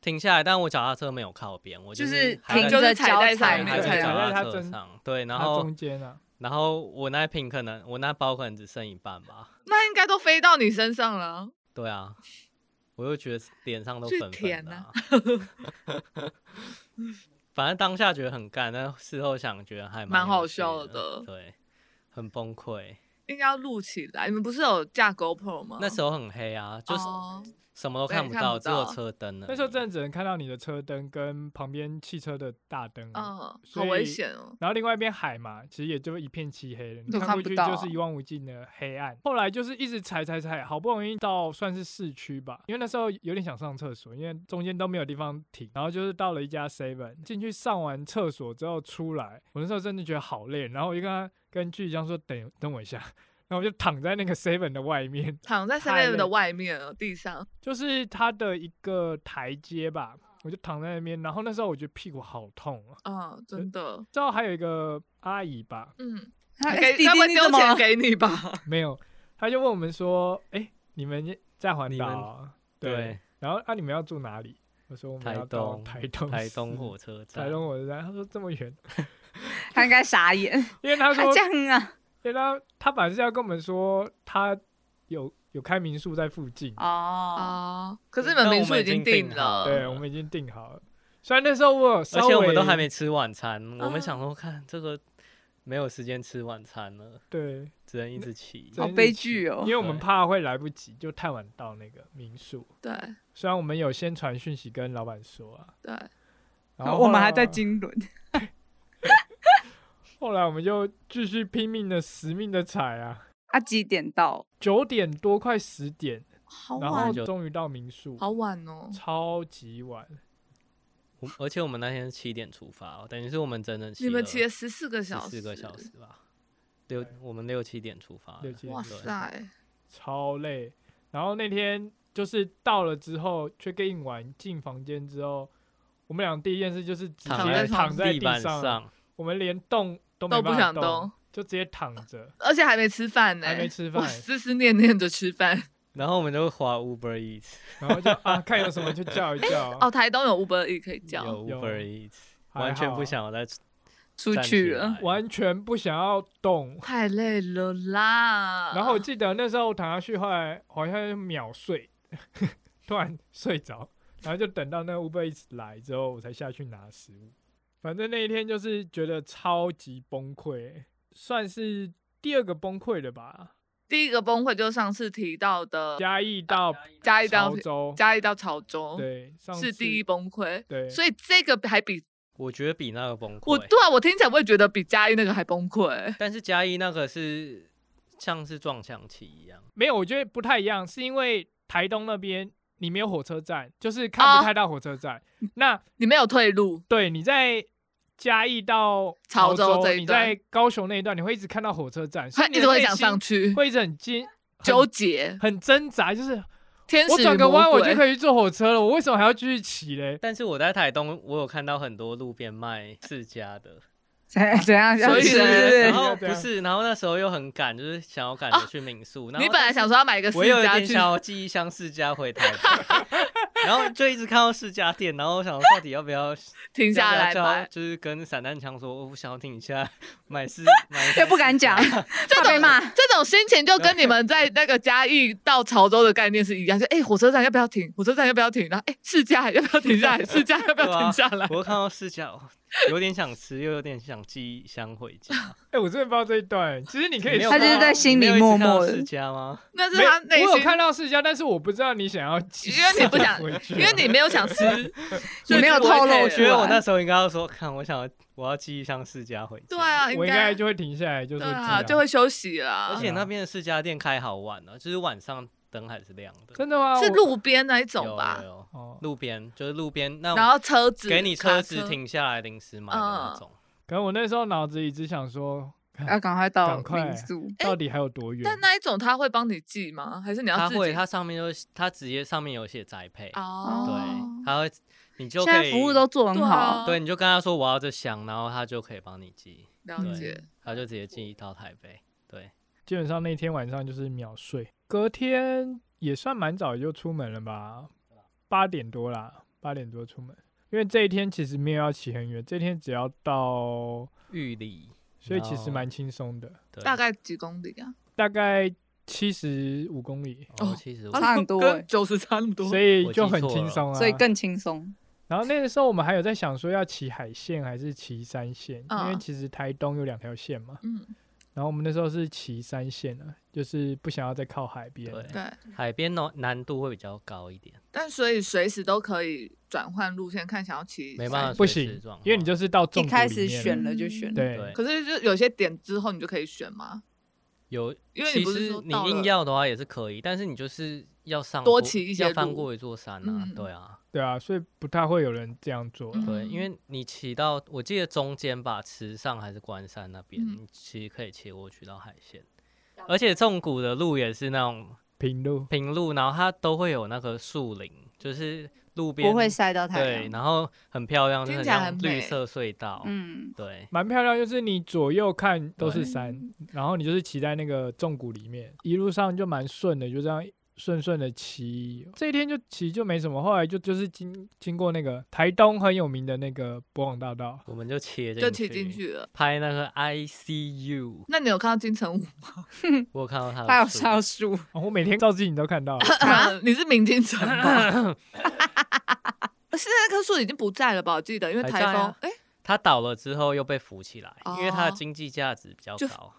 Speaker 3: 停下来，但我脚踏车没有靠边，我
Speaker 2: 就是
Speaker 3: 是还
Speaker 2: 停
Speaker 3: 在
Speaker 1: 就是
Speaker 2: 着
Speaker 1: 踩
Speaker 2: 脚
Speaker 1: 在上
Speaker 2: 踩啊
Speaker 1: 面
Speaker 3: 还
Speaker 1: 对
Speaker 3: 在脚
Speaker 4: 踩在
Speaker 3: 踏
Speaker 4: 它
Speaker 3: 车
Speaker 4: 中
Speaker 3: 上。对，然
Speaker 4: 它
Speaker 3: 后
Speaker 4: 中间啊，
Speaker 3: 然后我那瓶可能我那包可能只剩一半吧。
Speaker 1: 那应该都飞到你身上了。
Speaker 3: 对啊，我就觉得脸上都
Speaker 1: 去
Speaker 3: 粉粉
Speaker 1: 舔
Speaker 3: 的、啊
Speaker 1: 啊
Speaker 3: 反正当下觉得很干，但事后想觉得还
Speaker 1: 蛮
Speaker 3: 有
Speaker 1: 好
Speaker 3: 趣
Speaker 1: 笑
Speaker 3: 的，
Speaker 1: 的
Speaker 3: 对，很崩溃。
Speaker 1: 应该要录起来。你们不是有架 GoPro 吗？
Speaker 3: 那时候很黑啊，就是
Speaker 1: 哦
Speaker 3: 什么都
Speaker 1: 对
Speaker 3: 看不
Speaker 1: 看
Speaker 3: 到，
Speaker 1: 不
Speaker 3: 只有
Speaker 1: 到
Speaker 3: 车灯了。
Speaker 4: 那时候真的只能看到你的车灯跟旁边汽车的大灯。啊
Speaker 1: 嗯，好
Speaker 4: 所以
Speaker 1: 危险哦。
Speaker 4: 然后另外一边海嘛，其实也就一片漆黑了，你
Speaker 2: 都
Speaker 4: 看
Speaker 2: 看
Speaker 4: 过
Speaker 2: 不
Speaker 4: 去
Speaker 2: 到啊
Speaker 4: 就是一望无尽的黑暗。后来就是一直踩踩踩，好不容易到算是市区吧，因为那时候有点想上厕所，因为中间都没有地方停。然后就是到了一家 Seven，进去上完厕所之后出来，我那时候真的觉得好累。然后我就跟他跟巨江说：“等等我一下。”然后我就躺在那个 Seven 的外面，
Speaker 1: 躺在 s
Speaker 4: 太
Speaker 1: e
Speaker 4: 累
Speaker 1: 的外面哦，地上，
Speaker 4: 就是它的一个台阶吧，我就躺在那边。然后那时候我觉得屁股好痛啊。
Speaker 1: 嗯，真的，
Speaker 4: 之后还有一个阿姨吧，
Speaker 1: 嗯，
Speaker 2: 他
Speaker 1: 给
Speaker 2: 哎弟弟
Speaker 1: 该不会
Speaker 2: 你
Speaker 1: 丢
Speaker 2: 怎么
Speaker 1: 钱
Speaker 2: 了？
Speaker 1: 给你吧？
Speaker 4: 没有，他就问我们说：“哎、你们在环岛啊？
Speaker 3: 对，
Speaker 4: 然后啊，你们要住哪里？”我说：“我们
Speaker 3: 台
Speaker 4: 要到
Speaker 3: 东
Speaker 4: 台东
Speaker 3: 台
Speaker 4: 市
Speaker 3: 东火车站，
Speaker 4: 台东我站。”他说：“这么远
Speaker 2: 他应该傻眼，？”
Speaker 4: 因为他
Speaker 2: 他
Speaker 4: 说
Speaker 2: 这，样啊，
Speaker 4: 因为他他本来是要跟我们说他有有开民宿在附近，
Speaker 2: 哦，
Speaker 1: 哦，可是你们
Speaker 3: 但
Speaker 1: 民
Speaker 3: 我
Speaker 1: 宿
Speaker 3: 们
Speaker 1: 已
Speaker 3: 已经
Speaker 1: 定
Speaker 3: 订
Speaker 1: 了，
Speaker 3: 好
Speaker 4: 对我们已经订好了。虽然那时候我有
Speaker 3: 而
Speaker 4: 稍微，
Speaker 3: 且我们都还没吃晚餐，我
Speaker 1: 啊
Speaker 3: 们想说看这个没有时间吃晚餐了，
Speaker 4: 对，
Speaker 3: 只能一直骑。
Speaker 4: 这
Speaker 2: 好悲剧哦
Speaker 4: 因。为我们
Speaker 3: 对
Speaker 4: 怕会来不及，就太晚到那个民宿。
Speaker 1: 对
Speaker 4: 虽然我们有先传讯息跟老板说啊，
Speaker 1: 对，
Speaker 4: 然后
Speaker 2: 我们还在
Speaker 4: 后来
Speaker 2: 金轮，
Speaker 4: 后来我们就继续拼命的、死命的踩啊，
Speaker 2: 啊，几点到？
Speaker 4: 九点多快十点，
Speaker 2: 好
Speaker 4: 然后
Speaker 2: 晚，
Speaker 3: 就
Speaker 4: 终于到民宿，
Speaker 1: 哦好晚哦，
Speaker 4: 超级晚，
Speaker 3: 我而且我们那天是七点出发、哦，等于是我们整整骑
Speaker 1: 你们
Speaker 3: 了
Speaker 1: 骑了十四个
Speaker 3: 十
Speaker 1: 小时，
Speaker 3: 四个小时，吧，六我们六七点出发的，
Speaker 4: 六七点
Speaker 1: 哇
Speaker 3: 对，
Speaker 1: 塞，
Speaker 4: 超累。然后那天就是到了之后，check in 完进房间之后，我们俩第一件事就是直
Speaker 3: 躺
Speaker 4: 接
Speaker 1: 在床
Speaker 4: 躺在
Speaker 3: 地板
Speaker 4: 上，
Speaker 3: 上，
Speaker 4: 我们连动都没
Speaker 1: 都不
Speaker 4: 办法
Speaker 1: 想
Speaker 4: 动，
Speaker 1: 动
Speaker 4: 就直接躺着。
Speaker 1: 而且还没吃饭呢，
Speaker 4: 还没吃饭
Speaker 1: 我思思念念着吃饭。
Speaker 3: 然后我们就滑 Uber Eats，
Speaker 4: 然后就啊，看有什么就叫一 叫，
Speaker 1: 哦，台东有 Uber E 可以
Speaker 3: 有
Speaker 1: 叫，
Speaker 4: 有
Speaker 3: Uber Eats，
Speaker 4: 还
Speaker 3: 完全
Speaker 4: 好
Speaker 3: 不想要再
Speaker 1: 出
Speaker 3: 站起
Speaker 1: 去了，
Speaker 3: 来
Speaker 4: 完全不想要动。
Speaker 1: 太累了啦。
Speaker 4: 然后我记得那时候我躺下去，后来好像就秒睡， 突然睡着，然后就等到那个 Uber Eats 来之后，我才下去拿食物。反正那一天就是觉得超级崩溃，算是第二个崩溃的吧。
Speaker 1: 第一个崩溃就是上次提到的
Speaker 4: 嘉义到
Speaker 1: 嘉义到
Speaker 4: 潮州，
Speaker 1: 嘉义到潮州，
Speaker 4: 对，上
Speaker 1: 是
Speaker 4: 次
Speaker 1: 第一，崩溃。
Speaker 4: 对，
Speaker 1: 所以这个还比
Speaker 3: 我觉得比那个崩
Speaker 1: 我
Speaker 3: 溃。
Speaker 1: 对啊，我听起来我也觉得比嘉义那个还崩溃。
Speaker 3: 但是嘉义那个是像是撞墙期一样，
Speaker 4: 没有，我觉得不太一样，是因为台东那边你没有火车站，就是看
Speaker 1: 啊
Speaker 4: 不太到火 车站。那
Speaker 1: 你没有退路，
Speaker 4: 对，你在嘉义到
Speaker 1: 潮州
Speaker 4: 州
Speaker 1: 这一
Speaker 4: 你
Speaker 1: 段
Speaker 4: 在高雄那一段，你会一直看到火车站，所
Speaker 1: 他
Speaker 4: 以你
Speaker 1: 一
Speaker 4: 的
Speaker 1: 直会
Speaker 4: 内
Speaker 1: 想
Speaker 4: 心
Speaker 1: 上去，
Speaker 4: 会一直很惊、
Speaker 1: 纠
Speaker 4: 很
Speaker 1: 结。
Speaker 4: 很挣扎，就是
Speaker 1: 天
Speaker 4: 我
Speaker 1: 使
Speaker 4: 转
Speaker 1: 与
Speaker 4: 个
Speaker 1: 魔
Speaker 4: 弯我
Speaker 1: 鬼
Speaker 4: 就可以去坐火车了，我为什么还要继续骑嘞？
Speaker 3: 但是我在台东，我有看到很多路边卖世家的，
Speaker 2: 怎怎样？
Speaker 1: 所以
Speaker 2: 是
Speaker 1: 呢
Speaker 2: 是
Speaker 3: 然
Speaker 2: 是
Speaker 3: 后
Speaker 4: 对
Speaker 3: 不
Speaker 4: 啊
Speaker 3: 是，然后那时候又很赶，就是想要赶着去民宿。然
Speaker 1: 你
Speaker 3: 后
Speaker 1: 本来想说要 买一个
Speaker 3: 我
Speaker 1: 私
Speaker 3: 有一
Speaker 1: 家
Speaker 3: 点
Speaker 1: 去，
Speaker 3: 想要寄一箱世家回台北，然后就一直看到世家店，然后我想说到底要不 要
Speaker 1: 停
Speaker 3: 要
Speaker 1: 下
Speaker 3: 不要
Speaker 1: 来
Speaker 3: 叫
Speaker 1: 买，
Speaker 3: 就是跟散弹枪说，哦我想要停一下买 世，买
Speaker 2: 又不敢讲，
Speaker 1: 这
Speaker 2: 怕
Speaker 1: 种
Speaker 2: 被骂。
Speaker 1: 这种心情就跟你们在那个嘉义到潮州的概念是一样，就哎、火车站要 不要停？火车站要不要停？然后哎、试驾要不要停下来？试驾要不要停下来？
Speaker 3: 我看到世家，哦有点想吃，又有点想寄香回家。
Speaker 4: 哎、我真的不知道这一段。其实 你可以
Speaker 3: 你没有
Speaker 4: 说，
Speaker 2: 他就是
Speaker 3: 看到
Speaker 2: 在心
Speaker 3: 你没
Speaker 2: 里
Speaker 3: 有一次
Speaker 2: 默
Speaker 3: 看到
Speaker 2: 默
Speaker 3: 世
Speaker 2: 地
Speaker 3: 家吗？
Speaker 1: 那是
Speaker 4: 没
Speaker 1: 他内心，
Speaker 4: 我有看到世家，但是我不知道你想要寄
Speaker 1: 因为你不想
Speaker 4: 什么回，去啊
Speaker 1: 因为你没有想 吃，所以
Speaker 2: 你没有
Speaker 1: 就不会
Speaker 2: 透露
Speaker 1: care
Speaker 2: 我
Speaker 3: 我
Speaker 2: 出
Speaker 3: 觉得我
Speaker 2: 来
Speaker 3: 那时候应该要说，看，我想要我要寄一箱世家回家。
Speaker 1: 对，啊，
Speaker 4: 我应
Speaker 1: 该
Speaker 4: 该就会停下来，就
Speaker 1: 对
Speaker 4: 是
Speaker 1: 啊，
Speaker 4: 寄
Speaker 1: 就会休息啦
Speaker 3: 而。且那边的世家店开好晚了、就是晚上灯还是亮的。
Speaker 4: 真的吗？
Speaker 1: 是
Speaker 4: 我
Speaker 1: 路边那一
Speaker 3: 有
Speaker 1: 种吧
Speaker 3: 有，有
Speaker 4: 哦，
Speaker 3: 路边就是路边那
Speaker 1: 然
Speaker 3: 种
Speaker 1: 后车子
Speaker 3: 给你
Speaker 1: 卡
Speaker 3: 车子停下来临时买的
Speaker 1: 嗯
Speaker 3: 那种。
Speaker 4: 可能我那时候脑子里只想说，
Speaker 2: 要赶快到
Speaker 4: 赶快
Speaker 2: 民宿。
Speaker 4: 到底还有多远？
Speaker 1: 啊但那一种他会帮你寄吗？还是你要
Speaker 3: 它
Speaker 1: 自己？
Speaker 3: 会，它上面就是它直接上面有写宅配，
Speaker 1: 哦，
Speaker 3: 对，它会你就
Speaker 2: 现
Speaker 3: 可
Speaker 2: 在
Speaker 3: 以
Speaker 2: 服务都做很
Speaker 1: 对啊
Speaker 2: 好，
Speaker 3: 对，你就跟他说我要这箱，然后他就可以帮你寄，
Speaker 1: 了
Speaker 3: 对
Speaker 1: 解。，
Speaker 3: 他就直接寄到台北，对，
Speaker 4: 基本上那天晚上就是秒睡，隔天也算蛮早就出门了吧，八点多啦，八点多出门，因为这一天其实没有要骑很远，这一天只要到，
Speaker 3: 玉里，
Speaker 4: 所以其实蛮轻松的，
Speaker 3: 对
Speaker 1: 大概几公里啊？
Speaker 4: 大概七十五公里，
Speaker 3: 哦
Speaker 1: 哦
Speaker 3: 七十五，
Speaker 2: 差很多 欸
Speaker 1: 跟九十差那么多
Speaker 4: 所。以
Speaker 3: 我
Speaker 4: 就
Speaker 3: 记
Speaker 4: 很
Speaker 3: 错
Speaker 4: 轻
Speaker 3: 了
Speaker 4: 松啊。
Speaker 2: 所以更轻松。
Speaker 4: 然后那个时候我们还有在想说要骑海线还是骑山线，因为
Speaker 1: 嗯
Speaker 4: 其实台东有两条线嘛，
Speaker 1: 嗯，
Speaker 4: 然后我们那时候是骑山线啊，就是不想要再靠海边了，
Speaker 3: 对
Speaker 1: 对。
Speaker 3: 海边难难度会比较高一点，
Speaker 1: 但所以随时都可以转换路线，看想要骑
Speaker 3: 没
Speaker 1: 山
Speaker 3: 办法
Speaker 4: 不
Speaker 3: 随时
Speaker 4: 行
Speaker 3: 状，
Speaker 4: 因为你就是到
Speaker 2: 一
Speaker 4: 重
Speaker 2: 开始选
Speaker 1: 了
Speaker 2: 了就选
Speaker 4: 嗯
Speaker 2: 了，
Speaker 4: 对。
Speaker 3: 对
Speaker 1: 可是就有些点之后你就可以选吗？
Speaker 3: 有，
Speaker 1: 因为你
Speaker 3: 其
Speaker 1: 不是
Speaker 3: 实
Speaker 1: 说
Speaker 3: 你
Speaker 1: 到
Speaker 3: 硬
Speaker 1: 了
Speaker 3: 要的话也是可以，但是你就是要上
Speaker 1: 多
Speaker 3: 过
Speaker 1: 骑一
Speaker 3: 要
Speaker 1: 些
Speaker 3: 翻
Speaker 1: 路
Speaker 3: 过一座山啊
Speaker 1: 嗯，
Speaker 3: 对啊，
Speaker 4: 对啊，所以不太会有人这样做啦。
Speaker 1: 嗯
Speaker 3: 对，因为你骑到我记得中间吧，池上还是关山那边，
Speaker 1: 嗯
Speaker 3: 你其实可以骑过去到海线，而且纵谷的路也是那种
Speaker 4: 平路
Speaker 3: 平路，然后它都会有那个树林，就是路边
Speaker 2: 不会晒到太
Speaker 3: 对，
Speaker 2: 阳。
Speaker 3: 然后很漂亮，
Speaker 1: 听
Speaker 3: 就是
Speaker 1: 起来
Speaker 3: 像
Speaker 1: 很
Speaker 3: 绿
Speaker 1: 美
Speaker 3: 色隧道，
Speaker 2: 嗯，
Speaker 3: 对，
Speaker 4: 蛮漂亮，就是你左右看都是
Speaker 3: 对
Speaker 4: 山，然后你就是骑在那个纵谷里面，一路上就蛮顺的，就这样顺顺的骑。这一天就骑就没什么，后来就就是经经过那个台东很有名的那个博网大道，
Speaker 3: 我们就切
Speaker 1: 就骑进，去了。
Speaker 3: 拍那个 I C U，
Speaker 1: 那你有看到金城武？嗯
Speaker 3: 我有看到他
Speaker 2: 还有
Speaker 3: 树
Speaker 2: 烧树，
Speaker 4: 哦我每天照镜你都看到了
Speaker 1: 你是明金城吧？ 现在那棵树已经不在了吧？我记得，因为
Speaker 3: 还
Speaker 1: 台
Speaker 3: 在
Speaker 1: 风
Speaker 3: 啊，
Speaker 1: 哎、
Speaker 3: 它倒了之后又被扶起来，因为它的
Speaker 1: 哦
Speaker 3: 经济价值比较
Speaker 1: 就
Speaker 3: 高，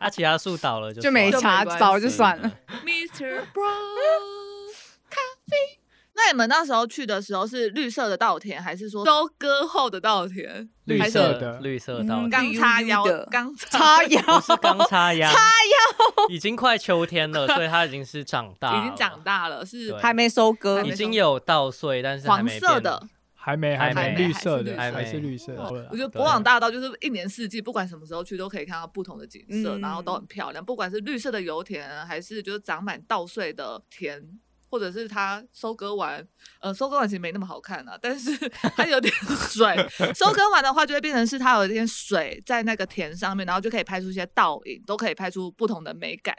Speaker 3: 它其他树倒了就
Speaker 2: 就没
Speaker 3: 算了
Speaker 2: 查，
Speaker 1: 就没关系
Speaker 2: 早就算了。
Speaker 1: m r Brown 咖啡。那你们那时候去的时候是绿色的稻田，还是说收割后的稻田？
Speaker 3: 绿
Speaker 1: 还是
Speaker 3: 色
Speaker 4: 的
Speaker 3: 绿色倒
Speaker 2: 嗯
Speaker 3: 了，
Speaker 1: 刚叉腰
Speaker 2: 绿的
Speaker 1: 刚
Speaker 2: 叉腰，
Speaker 3: 不是刚插秧，插秧已经快秋天 了，所以它已经是长大，
Speaker 1: 已经长，大了，是
Speaker 3: 对
Speaker 2: 还没收割
Speaker 1: 还，
Speaker 3: 已
Speaker 1: 没
Speaker 3: 经
Speaker 1: 长
Speaker 3: 有稻穗，但是还
Speaker 1: 黄
Speaker 3: 没
Speaker 1: 色
Speaker 3: 变
Speaker 1: 的。
Speaker 4: 还没
Speaker 3: 还
Speaker 4: 没
Speaker 3: 没
Speaker 4: 绿色的
Speaker 1: 还
Speaker 3: 没
Speaker 4: 还是绿色
Speaker 1: 还没
Speaker 4: 的啊
Speaker 1: 我，觉得
Speaker 3: 对
Speaker 1: 博朗大道就是一年四季，不管什么时候去都可以看到不同的景色，
Speaker 2: 嗯
Speaker 1: 然后都很漂亮。不管是绿色的油田，还是就是长满稻穗的田，或者是它收割完，呃，收割完其实没那么好看啊，但是 它有点水。收割完的话，就会变成是它有一点水在那个田上面，然后就可以拍出一些倒影，都可以拍出不同的美感。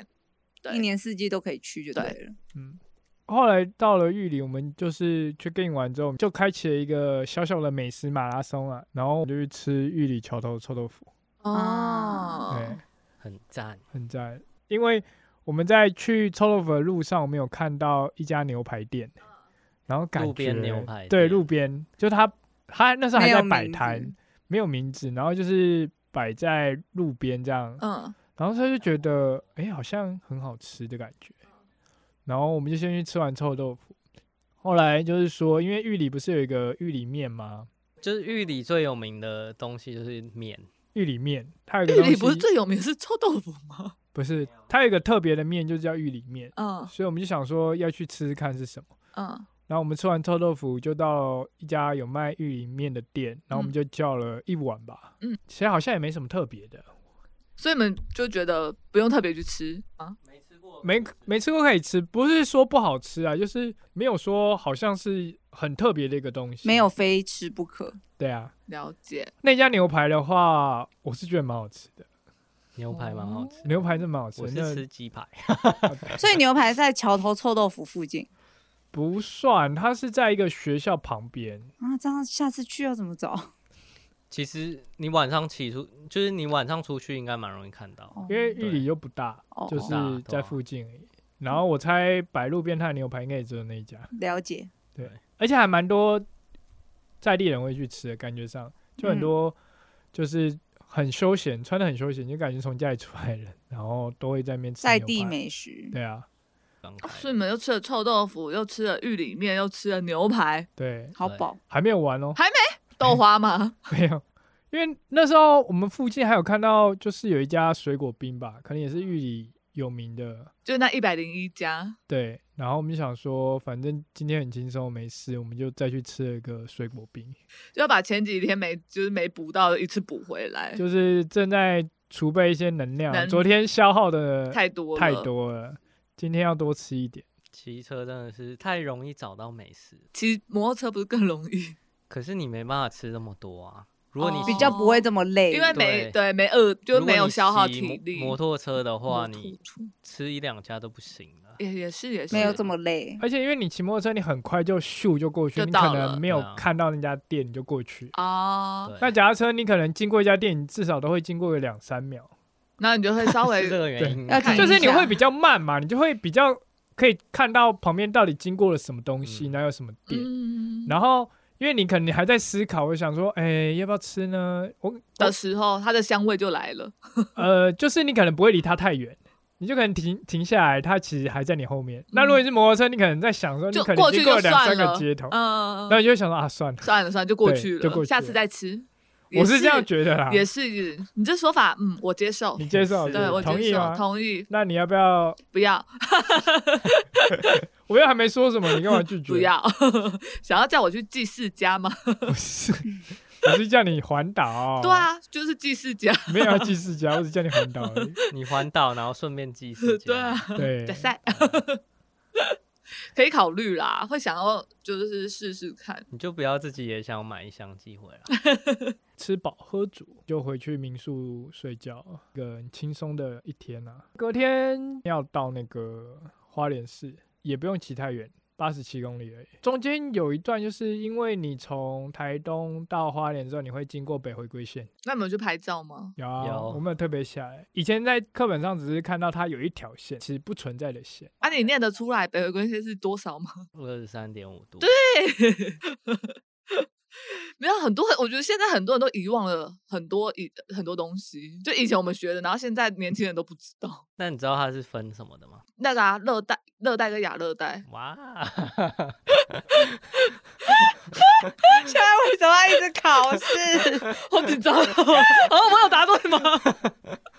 Speaker 1: 对
Speaker 2: 一年四季都可以去就对了。
Speaker 4: 嗯。后来到了玉里，我们就是去 g 完之后，就开启了一个小小的美食马拉松啊，然后我们就去吃玉里桥头的臭豆腐，
Speaker 1: 哦，
Speaker 4: 对，
Speaker 3: 很赞，
Speaker 4: 很赞。因为我们在去臭豆腐的路上，我们有看到一家牛排店，
Speaker 2: 哦
Speaker 4: 然后感觉
Speaker 3: 路边牛排店
Speaker 4: 对路边，就它它那时候还
Speaker 2: 没有
Speaker 4: 在摆
Speaker 2: 名字
Speaker 4: 摊，没有名字，然后就是摆在路边这样，
Speaker 1: 嗯，
Speaker 4: 然后他就觉得哎、诶好像很好吃的感觉，然后我们就先去吃完臭豆腐。后来就是说，因为玉里不是有一个玉里面吗？
Speaker 3: 就是玉里最有名的东西就是面，
Speaker 4: 玉里面，它有一个
Speaker 1: 玉
Speaker 4: 东
Speaker 1: 里
Speaker 4: 西
Speaker 1: 不是最有名是臭豆腐吗？
Speaker 4: 不是它有一个特别的面，就叫玉里面，
Speaker 1: 嗯
Speaker 4: 所以我们就想说要去吃吃看是什么。
Speaker 1: 嗯
Speaker 4: 然后我们吃完臭豆腐，就到一家有卖玉里面的店，然后我们
Speaker 1: 嗯
Speaker 4: 就叫了一碗吧。
Speaker 1: 嗯，
Speaker 4: 其实好像也没什么特别的，
Speaker 1: 所以你们就觉得不用特别去吃啊？
Speaker 3: 没吃过
Speaker 4: 没没吃过可以吃，不是说不好吃啊，就是没有说好像是很特别的一个东西。
Speaker 2: 没有，非吃不可，
Speaker 4: 对啊，
Speaker 1: 了解，
Speaker 4: 那家牛排的话，我是觉得蛮好吃的，
Speaker 3: 牛排蛮好吃，
Speaker 4: 牛排真蛮好吃
Speaker 3: 我
Speaker 4: 哦的，
Speaker 3: 是
Speaker 4: 那
Speaker 3: 吃鸡排，
Speaker 2: 所以牛排在桥头臭豆腐附近
Speaker 4: 不算，它是在一个学校旁边，
Speaker 2: 啊。这样下次去要怎么找？
Speaker 3: 其实你晚上起出，就是你晚上出去应该蛮容易看到。
Speaker 4: 因为玉里又不大
Speaker 2: 哦，
Speaker 4: 就
Speaker 2: 哦
Speaker 4: 是
Speaker 3: 啊
Speaker 4: 在附近而已。然后我猜摆路边摊的牛排应该也只有那一家。
Speaker 2: 了解，
Speaker 4: 而且还蛮多在地人会去吃的，感觉上就很
Speaker 2: 嗯
Speaker 4: 多就是很休闲，穿的很休闲，就感觉从家里出来的人，然后都会在那边吃
Speaker 2: 在
Speaker 4: 牛
Speaker 2: 地
Speaker 4: 排，
Speaker 2: 美食，
Speaker 4: 对啊，
Speaker 3: 刚
Speaker 1: 哦
Speaker 3: 开
Speaker 1: 所以你们又吃了臭豆腐，又吃了玉里面，又吃了牛排、
Speaker 4: 对，
Speaker 2: 好
Speaker 3: 对
Speaker 2: 饱。
Speaker 4: 还没有完哦，
Speaker 1: 豆花吗？
Speaker 4: 没有，因为那时候我们附近还有看到，就是有一家水果冰吧，可能也是玉里有名的，
Speaker 1: 就那一百零一家，
Speaker 4: 对。然后我们就想说，反正今天很轻松，没事，我们就再去吃了一个水果冰。
Speaker 1: 就要把前几天没就是没补到的一次补回来，
Speaker 4: 就是正在储备一些能量，
Speaker 1: 哎能
Speaker 4: 昨天消耗的
Speaker 1: 太多了
Speaker 4: 太多了，今天要多吃一点。
Speaker 3: 骑车真的是太容易找到美食，
Speaker 1: 骑摩托车不是更容易？
Speaker 3: 可是你没办法吃那么多啊。如果你
Speaker 1: 哦
Speaker 3: 骑
Speaker 2: 比较不会这么累，
Speaker 1: 因为没
Speaker 3: 对
Speaker 1: 对没饿，就
Speaker 3: 如果
Speaker 1: 没有
Speaker 3: 你
Speaker 1: 消耗
Speaker 3: 骑
Speaker 1: 体力。
Speaker 3: 摩摩托车的
Speaker 1: 摩托
Speaker 3: 话，你
Speaker 1: 车
Speaker 3: 吃一两家都不行了。
Speaker 1: 也也是也是
Speaker 2: 没有这么 累。
Speaker 4: 而且因为你骑摩托车，你很快就咻就过去，
Speaker 1: 就
Speaker 4: 你
Speaker 1: 到
Speaker 4: 可
Speaker 1: 了
Speaker 4: 能没有
Speaker 3: 对啊
Speaker 4: 看到那家店你就过去。
Speaker 1: 哦，
Speaker 4: 那
Speaker 3: 对，
Speaker 4: 脚踏车，你可能经过一家店，你至少都会经过个两三秒，
Speaker 1: 然后你就会稍微
Speaker 3: 是这个原因
Speaker 2: 要。看
Speaker 4: 就
Speaker 2: 一
Speaker 4: 是你
Speaker 2: 下
Speaker 4: 会比较慢嘛，你就会比较可以看到旁边到底经过了什么东西，
Speaker 3: 嗯
Speaker 4: 然后有什么店。
Speaker 1: 嗯
Speaker 4: 然后因为你可能还在思考，我想说，哎、要不要吃呢？我
Speaker 1: 的时候，它的香味就来了。
Speaker 4: 呃，就是你可能不会离它太远，你就可能停停下来，它其实还在你后面。那如果你是摩托车，你可能在想说，
Speaker 1: 嗯
Speaker 4: 你
Speaker 1: 就
Speaker 4: 可
Speaker 1: 过
Speaker 4: 能
Speaker 1: 去
Speaker 4: 经
Speaker 1: 就
Speaker 4: 了两
Speaker 1: 算
Speaker 4: 三
Speaker 1: 了
Speaker 4: 个街头，
Speaker 1: 嗯，
Speaker 4: 那你就会想说啊，算了，
Speaker 1: 算了算了，就过
Speaker 4: 对
Speaker 1: 去了，
Speaker 4: 就过去
Speaker 1: 下次
Speaker 4: 了
Speaker 1: 再吃。也
Speaker 4: 我是这样觉得
Speaker 3: 啊
Speaker 4: 啦。
Speaker 1: 也是你这说法，嗯，我接受
Speaker 4: 你，接受？
Speaker 1: 对我
Speaker 4: 同
Speaker 1: 接
Speaker 4: 意
Speaker 1: 受，
Speaker 4: 吗？
Speaker 1: 同意，
Speaker 4: 那你要不要？
Speaker 1: 不要
Speaker 4: 我又还没说什么，你干嘛拒绝？
Speaker 1: 不，要， 想要叫我去祭祀家吗？
Speaker 4: 不是，我是叫你环岛。
Speaker 1: 对，啊，就是祭祀家，
Speaker 4: 没有要寄世家，我只叫你环岛而已。
Speaker 3: 你环岛，然后顺便 寄时
Speaker 1: 对啊，
Speaker 4: 对嗯
Speaker 1: 比，赛 可以考虑啦，会想要就是试试看，
Speaker 3: 你就不要自己也想买一箱寄 回来。
Speaker 4: 吃饱喝足就回去民宿睡觉，一个很轻松的一天啊。隔天要到那个花莲市，也不用骑太远，八十七公里而已。中间有一段就是因为你从台东到花莲之后，你会经过北回归线。
Speaker 1: 那你们有去拍照吗？
Speaker 4: 有啊，
Speaker 3: 有
Speaker 4: 我们有特别下来。以前在课本上只是看到它有一条线，其实不存在的线。
Speaker 1: 啊，你念得出来北回归线是多少吗？
Speaker 3: 二十三点五度，
Speaker 1: 没有很多，我觉得现在很多人都遗忘了很多以很多东西，就以前我们学的，然后现在年轻人都不知道。
Speaker 3: 那你知道它是分什么的吗？
Speaker 1: 那个啊，热带、热带跟亚热带，
Speaker 3: 哇，
Speaker 2: 现在为什么要一直考试？
Speaker 1: 好紧张哦！啊，我有答对吗？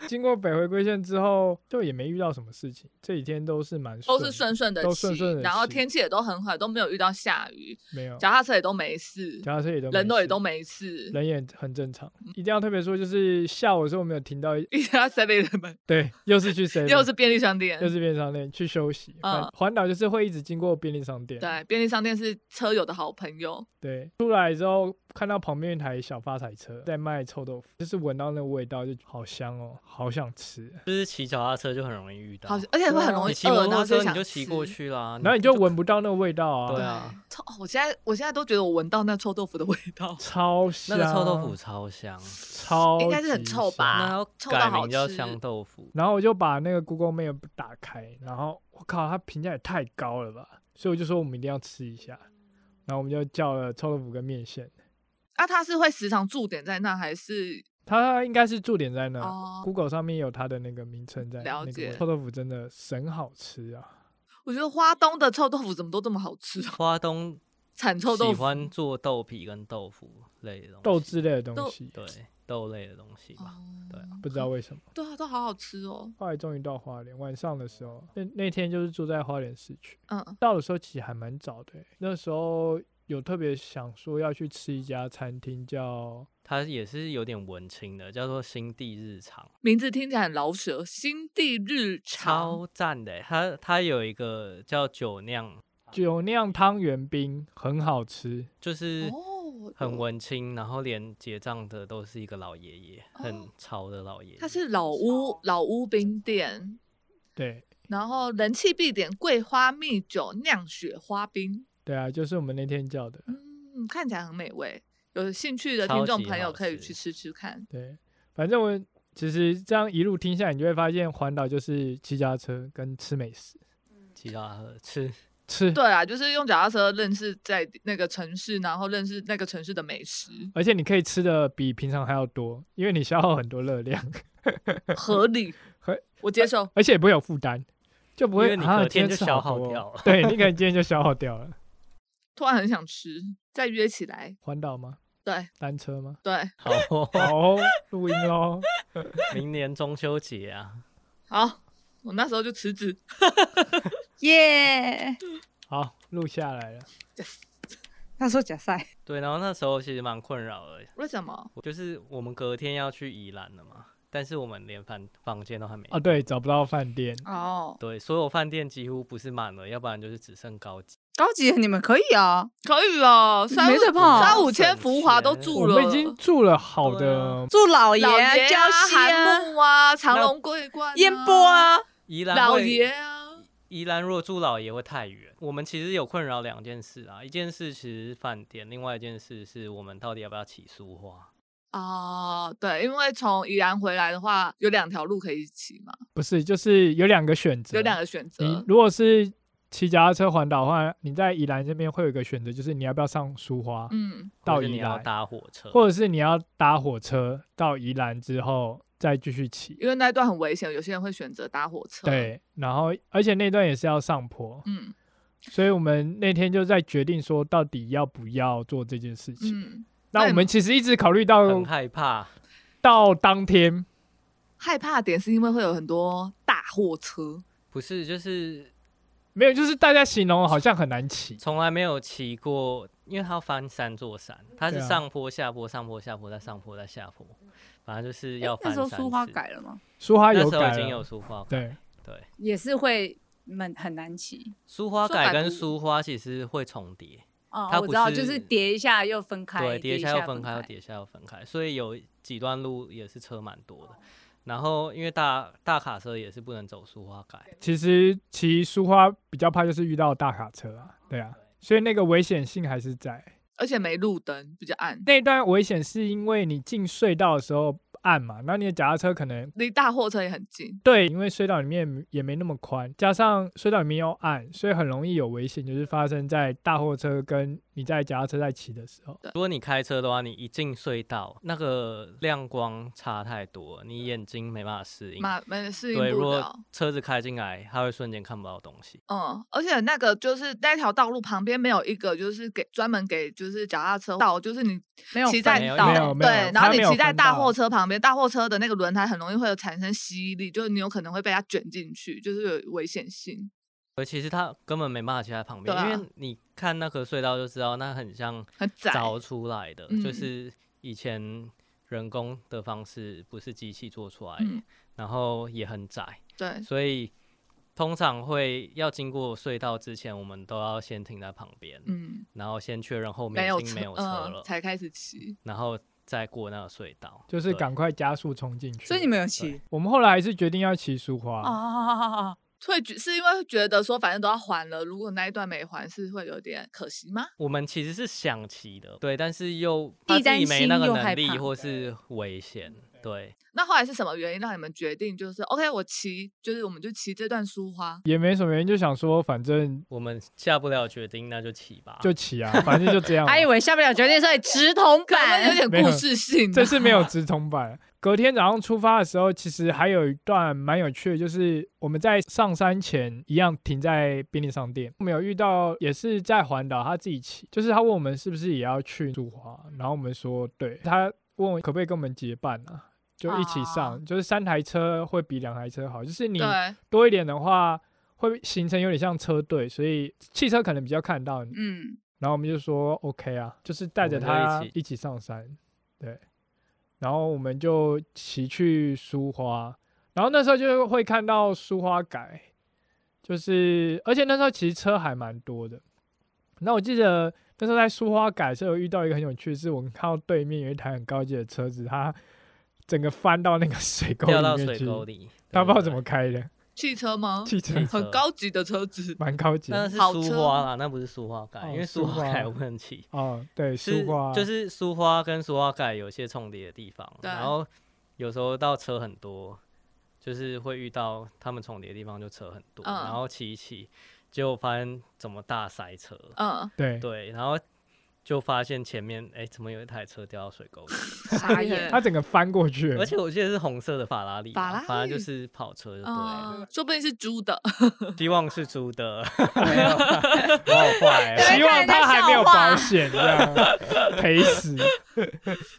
Speaker 4: 经过北回归线之后，就也没遇到什么事情，这几天都是蛮
Speaker 1: 都是
Speaker 4: 顺
Speaker 1: 顺顺的
Speaker 4: 的，都
Speaker 1: 骑
Speaker 4: 顺顺地，
Speaker 1: 然后
Speaker 4: 骑
Speaker 1: 天气也都很好，都没有遇到下雨，
Speaker 4: 没有，
Speaker 1: 脚踏车也都没事，
Speaker 4: 脚踏啊车也都
Speaker 1: 人都也
Speaker 4: 事
Speaker 1: 都没事。 嗯
Speaker 4: 人也很正常。一定要特别说，就是下午的时候我们有听到一，
Speaker 1: 一家 seven 们
Speaker 4: 对，又是去谁？
Speaker 1: 又是便利商店
Speaker 4: 又，是便利商店去休息。
Speaker 1: 嗯
Speaker 4: 环环岛就是会一直经过便利商店。
Speaker 1: 对，便利商店是车友的好朋友，
Speaker 4: 对出来之后看到旁边一台小发财车在卖臭豆腐，就是闻到那个味道就好香哦，好想吃。
Speaker 1: 嗯
Speaker 3: 就是骑脚踏车就很容易遇到。
Speaker 1: 好像，而且会很容
Speaker 3: 啊你
Speaker 1: 易
Speaker 3: 骑摩
Speaker 1: 饿，然后
Speaker 3: 托车
Speaker 1: 想
Speaker 3: 你就骑过
Speaker 1: 吃。
Speaker 3: 去啦，
Speaker 4: 然后你就闻不到那个味道啊，
Speaker 3: 对啊
Speaker 1: 臭，我现在我现在都觉得我闻到那臭豆腐的味道，
Speaker 4: 超香。
Speaker 3: 那个臭豆
Speaker 4: 啊
Speaker 3: 腐超香，
Speaker 4: 超
Speaker 1: 应该是很
Speaker 4: 级
Speaker 1: 臭
Speaker 4: 香
Speaker 1: 吧
Speaker 3: 那要
Speaker 1: 臭到
Speaker 3: 改
Speaker 1: 好
Speaker 3: 名叫
Speaker 1: 吃
Speaker 3: 香豆腐。
Speaker 4: 然后我就把那个 Google Map 打开，然后我靠，它评价也太高了吧，所以我就说我们一定要吃一下。然后我们就叫了臭豆腐跟面线，
Speaker 1: 啊，他是会时常驻点在那，还是
Speaker 4: 它应该是驻点在那、
Speaker 1: 哦
Speaker 4: g o o g l e 上面有它的那个名称在。
Speaker 1: 了
Speaker 4: 那个
Speaker 1: 解
Speaker 4: 位置臭豆腐真的神好吃啊！
Speaker 1: 我觉得花东的臭豆腐怎么都这么好吃啊？
Speaker 3: 花东
Speaker 1: 产臭豆
Speaker 3: 喜
Speaker 1: 腐，
Speaker 3: 欢做豆皮跟豆腐类的东西，
Speaker 4: 豆之类的东西，
Speaker 3: 对豆类的东西吧。对啊
Speaker 1: 哦
Speaker 4: 不知道为什么。
Speaker 1: 对啊，都好好吃哦。
Speaker 4: 后来终于到花莲，晚上的时候，那那天就是住在花莲市区，
Speaker 1: 嗯，
Speaker 4: 到的时候其实还蛮早的、欸那时候有特别想说要去吃一家餐厅叫
Speaker 3: 它也是有点文青的，叫做新地日常，
Speaker 1: 名字听起来很老舍，新地日常。
Speaker 3: 超赞的欸。它它有一个叫酒酿，
Speaker 4: 酒酿汤圆冰，很好吃。
Speaker 3: 就是
Speaker 1: 哦，
Speaker 3: 很
Speaker 1: 有。
Speaker 3: 文青，然后连结账的都是一个老爷爷，很
Speaker 1: 哦
Speaker 3: 潮的老爷爷。
Speaker 1: 它是老屋老屋冰店，
Speaker 4: 对
Speaker 1: 然后人气必点桂花蜜酒酿雪花冰，
Speaker 4: 对啊，就是我们那天叫的。
Speaker 1: 嗯，看起来很美味。有兴趣的
Speaker 3: 超
Speaker 1: 听众
Speaker 3: 级
Speaker 1: 朋友
Speaker 3: 好
Speaker 1: 可以
Speaker 3: 吃
Speaker 1: 去吃吃看。
Speaker 4: 对，反正我其实这样一路听下来，你就会发现环岛就是骑脚踏车跟吃美食。
Speaker 3: 骑到他的吃
Speaker 4: 吃，
Speaker 1: 对啊，就是用脚踏车认识在那个城市，然后认识那个城市的美食，
Speaker 4: 而且你可以吃的比平常还要多，因为你消耗很多热量，
Speaker 1: 合理
Speaker 4: 合，
Speaker 1: 我接受。
Speaker 4: 而且也不会有负担，就不
Speaker 3: 因
Speaker 4: 会
Speaker 3: 为你
Speaker 4: 啊
Speaker 3: 隔
Speaker 4: 今
Speaker 3: 天
Speaker 4: 天
Speaker 3: 就
Speaker 4: 吃
Speaker 3: 消
Speaker 4: 好
Speaker 3: 耗
Speaker 4: 多哦
Speaker 3: 掉了
Speaker 4: 对，你可能今天就消耗掉了。
Speaker 1: 突然很想吃，再约起来。
Speaker 4: 环岛吗？
Speaker 1: 对
Speaker 4: 单 车吗？
Speaker 1: 对，
Speaker 3: 好哦、
Speaker 4: 好哦，录音喽。
Speaker 3: 明年中秋节啊，
Speaker 1: 好，我那时候就辞职。
Speaker 2: 耶！
Speaker 4: 好，录下来了。
Speaker 2: 他说假赛，
Speaker 3: 对，然后那时候其实蛮困扰的，
Speaker 1: 为什么？
Speaker 3: 就是我们隔天要去宜兰了嘛，但是我们连房房间都还没
Speaker 4: 哦，对，找不到饭店，
Speaker 2: 哦，
Speaker 3: 对，所有饭店几乎不是满了，要不然就是只剩高级。
Speaker 2: 高级的你们可以啊，
Speaker 1: 可以哦，三
Speaker 2: 没
Speaker 1: 五
Speaker 2: 得泡啊
Speaker 1: 三五千浮华都住
Speaker 4: 我
Speaker 1: 了。
Speaker 4: 们已经住了好
Speaker 3: 对
Speaker 4: 的
Speaker 3: 啊，
Speaker 2: 住老爷、
Speaker 1: 老爷
Speaker 2: 礁
Speaker 1: 啊、
Speaker 2: 溪
Speaker 1: 韩
Speaker 2: 啊、
Speaker 1: 木啊、长隆桂冠、
Speaker 2: 烟波，啊，
Speaker 3: 宜兰
Speaker 1: 老
Speaker 3: 会
Speaker 1: 爷啊，
Speaker 3: 宜兰若住老爷会太远，我们其实有困扰两件事啊，一件事其实是饭店，另外一件事是我们到底要不要起苏花。
Speaker 1: 哦，对，因为从宜兰回来的话，有两条路可以骑嘛，
Speaker 4: 不是，就是有两个选择。
Speaker 1: 有两个
Speaker 3: 嗯
Speaker 1: 选择
Speaker 4: 你。如果是骑脚踏车环岛的话，你在宜兰这边会有一个选择，就是你要不要上苏花，
Speaker 1: 嗯，
Speaker 4: 到
Speaker 3: 或者
Speaker 4: 宜
Speaker 3: 你要
Speaker 4: 兰
Speaker 3: 搭火车，
Speaker 4: 或者是你要搭火车到宜兰之后再继续骑。
Speaker 1: 因为那一段很危险，有些人会选择搭火车。，啊
Speaker 4: 对，然后而且那段也是要上坡，
Speaker 1: 嗯
Speaker 4: 所以我们那天就在决定说到底要不要做这件事情。
Speaker 1: 嗯，
Speaker 4: 那我
Speaker 1: 那你
Speaker 4: 们其实一直考虑到
Speaker 3: 很害怕。
Speaker 4: 到当天，
Speaker 1: 害怕的点是因为会有很多大货车，
Speaker 3: 不是，就是
Speaker 4: 没有，就是大家形容好像很难骑，
Speaker 3: 从来没有骑过，因为它要翻三座山，它是
Speaker 4: 对啊
Speaker 3: 上坡下坡上坡下坡再上坡再下坡，反正就是要翻
Speaker 2: 那时候
Speaker 3: 山。
Speaker 2: 苏花，改了吗？
Speaker 4: 苏花
Speaker 3: 那
Speaker 4: 有
Speaker 3: 时候已
Speaker 4: 改
Speaker 3: 经
Speaker 4: 了
Speaker 3: 有苏花改。
Speaker 4: 对，
Speaker 3: 对，
Speaker 2: 也是会很很难骑。
Speaker 3: 苏花
Speaker 1: 苏花
Speaker 3: 改
Speaker 1: 改
Speaker 3: 跟
Speaker 1: 不
Speaker 3: 苏花其实会重叠，
Speaker 2: 哦
Speaker 3: 它，
Speaker 2: 我
Speaker 3: 不
Speaker 2: 知道，就是
Speaker 3: 是
Speaker 2: 叠一下又分开，
Speaker 3: 对，
Speaker 2: 叠
Speaker 3: 叠
Speaker 2: 一
Speaker 3: 下
Speaker 2: 下
Speaker 3: 要分开，
Speaker 2: 开
Speaker 3: 又。叠下要分开，所以有几段路也是车蛮多的。
Speaker 1: 哦
Speaker 3: 然后因为大大卡车也是不能走苏花改，
Speaker 4: 其实骑苏花比较怕就是遇到大卡车啊，对啊，所以那个危险性还是在。
Speaker 1: 而且没路灯，比较暗，
Speaker 4: 那段危险是因为你进隧道的时候暗嘛，然后你的脚踏车可能
Speaker 1: 离大货车也很近。
Speaker 4: 对，因为隧道里面也没那么宽，加上隧道里面又暗，所以很容易有危险，就是发生在大货车跟你在脚踏车在骑的时候。
Speaker 3: 如果你开车的话，你一进隧道，那个亮光差太多，你眼睛没办法适应。
Speaker 1: 马没适
Speaker 3: 对，
Speaker 1: 应
Speaker 3: 如
Speaker 1: 不
Speaker 3: 果
Speaker 1: 了。
Speaker 3: 车子开进来，它会瞬间看不到东西。
Speaker 1: 嗯，而且那个就是那条道路旁边没有一个就是给专门给就是脚踏车道，就是你
Speaker 2: 没有
Speaker 1: 骑在
Speaker 3: 分
Speaker 1: 道
Speaker 3: 没
Speaker 4: 有没有
Speaker 1: 对，然后
Speaker 4: 它
Speaker 1: 你
Speaker 4: 没有
Speaker 1: 骑在
Speaker 4: 分
Speaker 1: 大
Speaker 4: 道
Speaker 1: 货车旁边，大货车的那个轮胎很容易会有产生吸力，就是你有可能会被它卷进去，就是有危险性。
Speaker 3: 而其实它根本没办法骑在旁边，
Speaker 1: 对啊
Speaker 3: 因为你看那个隧道就知道，那很像
Speaker 1: 很窄
Speaker 3: 凿出来的，
Speaker 1: 嗯
Speaker 3: 就是以前人工的方式，不是机器做
Speaker 4: 哎
Speaker 3: 出来的，
Speaker 1: 嗯，
Speaker 3: 然后也很窄，
Speaker 1: 对，
Speaker 3: 所以通常会要经过隧道之前，我们都要先停在旁边，
Speaker 1: 嗯，
Speaker 3: 然后先确认后面
Speaker 1: 没有
Speaker 3: 已经
Speaker 1: 车，
Speaker 3: 没有车
Speaker 1: 嗯
Speaker 3: 了，，
Speaker 1: 才开始骑。
Speaker 3: 然后再过那个隧道，
Speaker 4: 就是
Speaker 3: 对
Speaker 4: 赶快加速冲进去。
Speaker 2: 所以你们有骑
Speaker 4: 我们后来还是决定要骑苏花，
Speaker 2: 哦哦哦哦哦哦，
Speaker 1: 会觉是因为觉得说反正都要还了，如果那一段没还是会有点可惜吗？
Speaker 3: 我们其实是想骑的，对，但是又怕
Speaker 2: 地
Speaker 3: 自己
Speaker 2: 担
Speaker 3: 没
Speaker 2: 心
Speaker 3: 那个
Speaker 2: 又害
Speaker 3: 能力
Speaker 2: 怕
Speaker 3: 或是危险，对。
Speaker 1: 那后来是什么原因让你们决定就是 OK，我骑就是我们就骑这段苏花，
Speaker 4: 也没什么原因，就想说反正
Speaker 3: 我们下不了决定，那就骑吧。
Speaker 4: 就骑啊，反正就这样嘛。
Speaker 2: 还以为下不了决定，所以直筒
Speaker 1: 可能有点
Speaker 4: 哎
Speaker 2: 版。
Speaker 4: 没有
Speaker 1: 故事性、啊。
Speaker 4: 这次没 有直通版。隔天早上出发的时候，其实还有一段蛮有趣的，就是我们在上山前一样停在便利商店，我们有遇到也是在环岛，他自己骑，就是他问我们是不是也要去驻华，然后我们说对，他问我可不可以跟我们结伴啊，就一起上，
Speaker 2: 啊
Speaker 4: 就是三台车会比两台车好，就是你
Speaker 1: 对，
Speaker 4: 多一点的话，会形成有点像车队，所以汽车可能比较看得到你，
Speaker 2: 嗯，
Speaker 4: 然后我们就说 OK 啊，就是带着
Speaker 3: 我们
Speaker 4: 他
Speaker 3: 就一起
Speaker 4: 一起上山，对。然后我们就骑去苏花，然后那时候就会看到苏花改，就是而且那时候其实车还蛮多的。那我记得那时候在苏花改的时候有遇到一个很有趣的事，我们看到对面有一台很高级的车子，它整个翻到那个水沟
Speaker 3: 掉到
Speaker 4: 里
Speaker 3: 水
Speaker 4: 面去，
Speaker 3: 沟里，
Speaker 4: 他不知道
Speaker 3: 对
Speaker 4: 怎么。开的，
Speaker 1: 汽车吗？
Speaker 4: 汽车
Speaker 3: 汽车
Speaker 1: 很高级的车 子，
Speaker 4: 蛮高级
Speaker 3: 对那
Speaker 4: 的
Speaker 3: 是
Speaker 1: 跑
Speaker 3: 苏
Speaker 1: 车
Speaker 3: 花啦，那不是苏花
Speaker 4: 哦
Speaker 3: 盖，因为
Speaker 4: 苏
Speaker 3: 苏花
Speaker 4: 花
Speaker 3: 盖有问题。
Speaker 4: 哦，对，苏
Speaker 3: 是
Speaker 4: 花
Speaker 3: 就是苏花跟苏花盖有些重叠的地方，
Speaker 1: 对
Speaker 3: 然后有时候到车很多，就是会遇到他们重叠的地方就车很多，
Speaker 1: 嗯
Speaker 3: 然后骑一骑结果发现怎么大塞车，
Speaker 1: 嗯，
Speaker 4: 对，
Speaker 3: 对，然后就发现前面哎怎么有一台车掉到水沟里，
Speaker 2: 傻
Speaker 1: 眼
Speaker 2: 眼
Speaker 4: 他整个翻过去了，
Speaker 3: 而且我记得是红色的法拉利
Speaker 1: 法
Speaker 3: 吧，
Speaker 1: 拉
Speaker 3: 反正就
Speaker 1: 利
Speaker 3: 是跑车就对了，
Speaker 1: 哦，说不定是猪的，
Speaker 3: 希望是租的， 没有，我好坏哦，
Speaker 4: 希望他还没有保
Speaker 2: 看人家笑话
Speaker 4: 险，这样 赔死。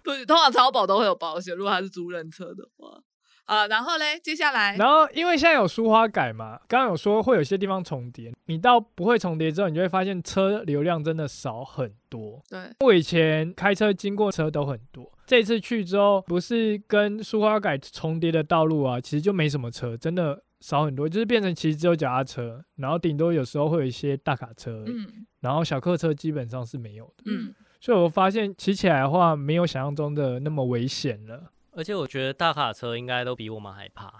Speaker 1: 不是，通常淘宝都会有保险，如果它是租赁车的话。啊，然后嘞，接下来
Speaker 4: 然后因为现在有书花改嘛，刚刚有说会有些地方重叠，你到不会重叠之后，你就会发现车流量真的少很多。
Speaker 1: 对，
Speaker 4: 我以前开车经过车都很多，这次去之后，不是跟苏花改重叠的道路啊，其实就没什么车，真的少很多，就是变成其实只有脚踏车，然后顶多有时候会有一些大卡车而已，
Speaker 1: 嗯
Speaker 4: 然后小客车基本上是没有的。
Speaker 1: 嗯，
Speaker 4: 所以我发现骑起来的话，没有想象中的那么危险了。
Speaker 3: 而且我觉得大卡车应该都比我们还怕，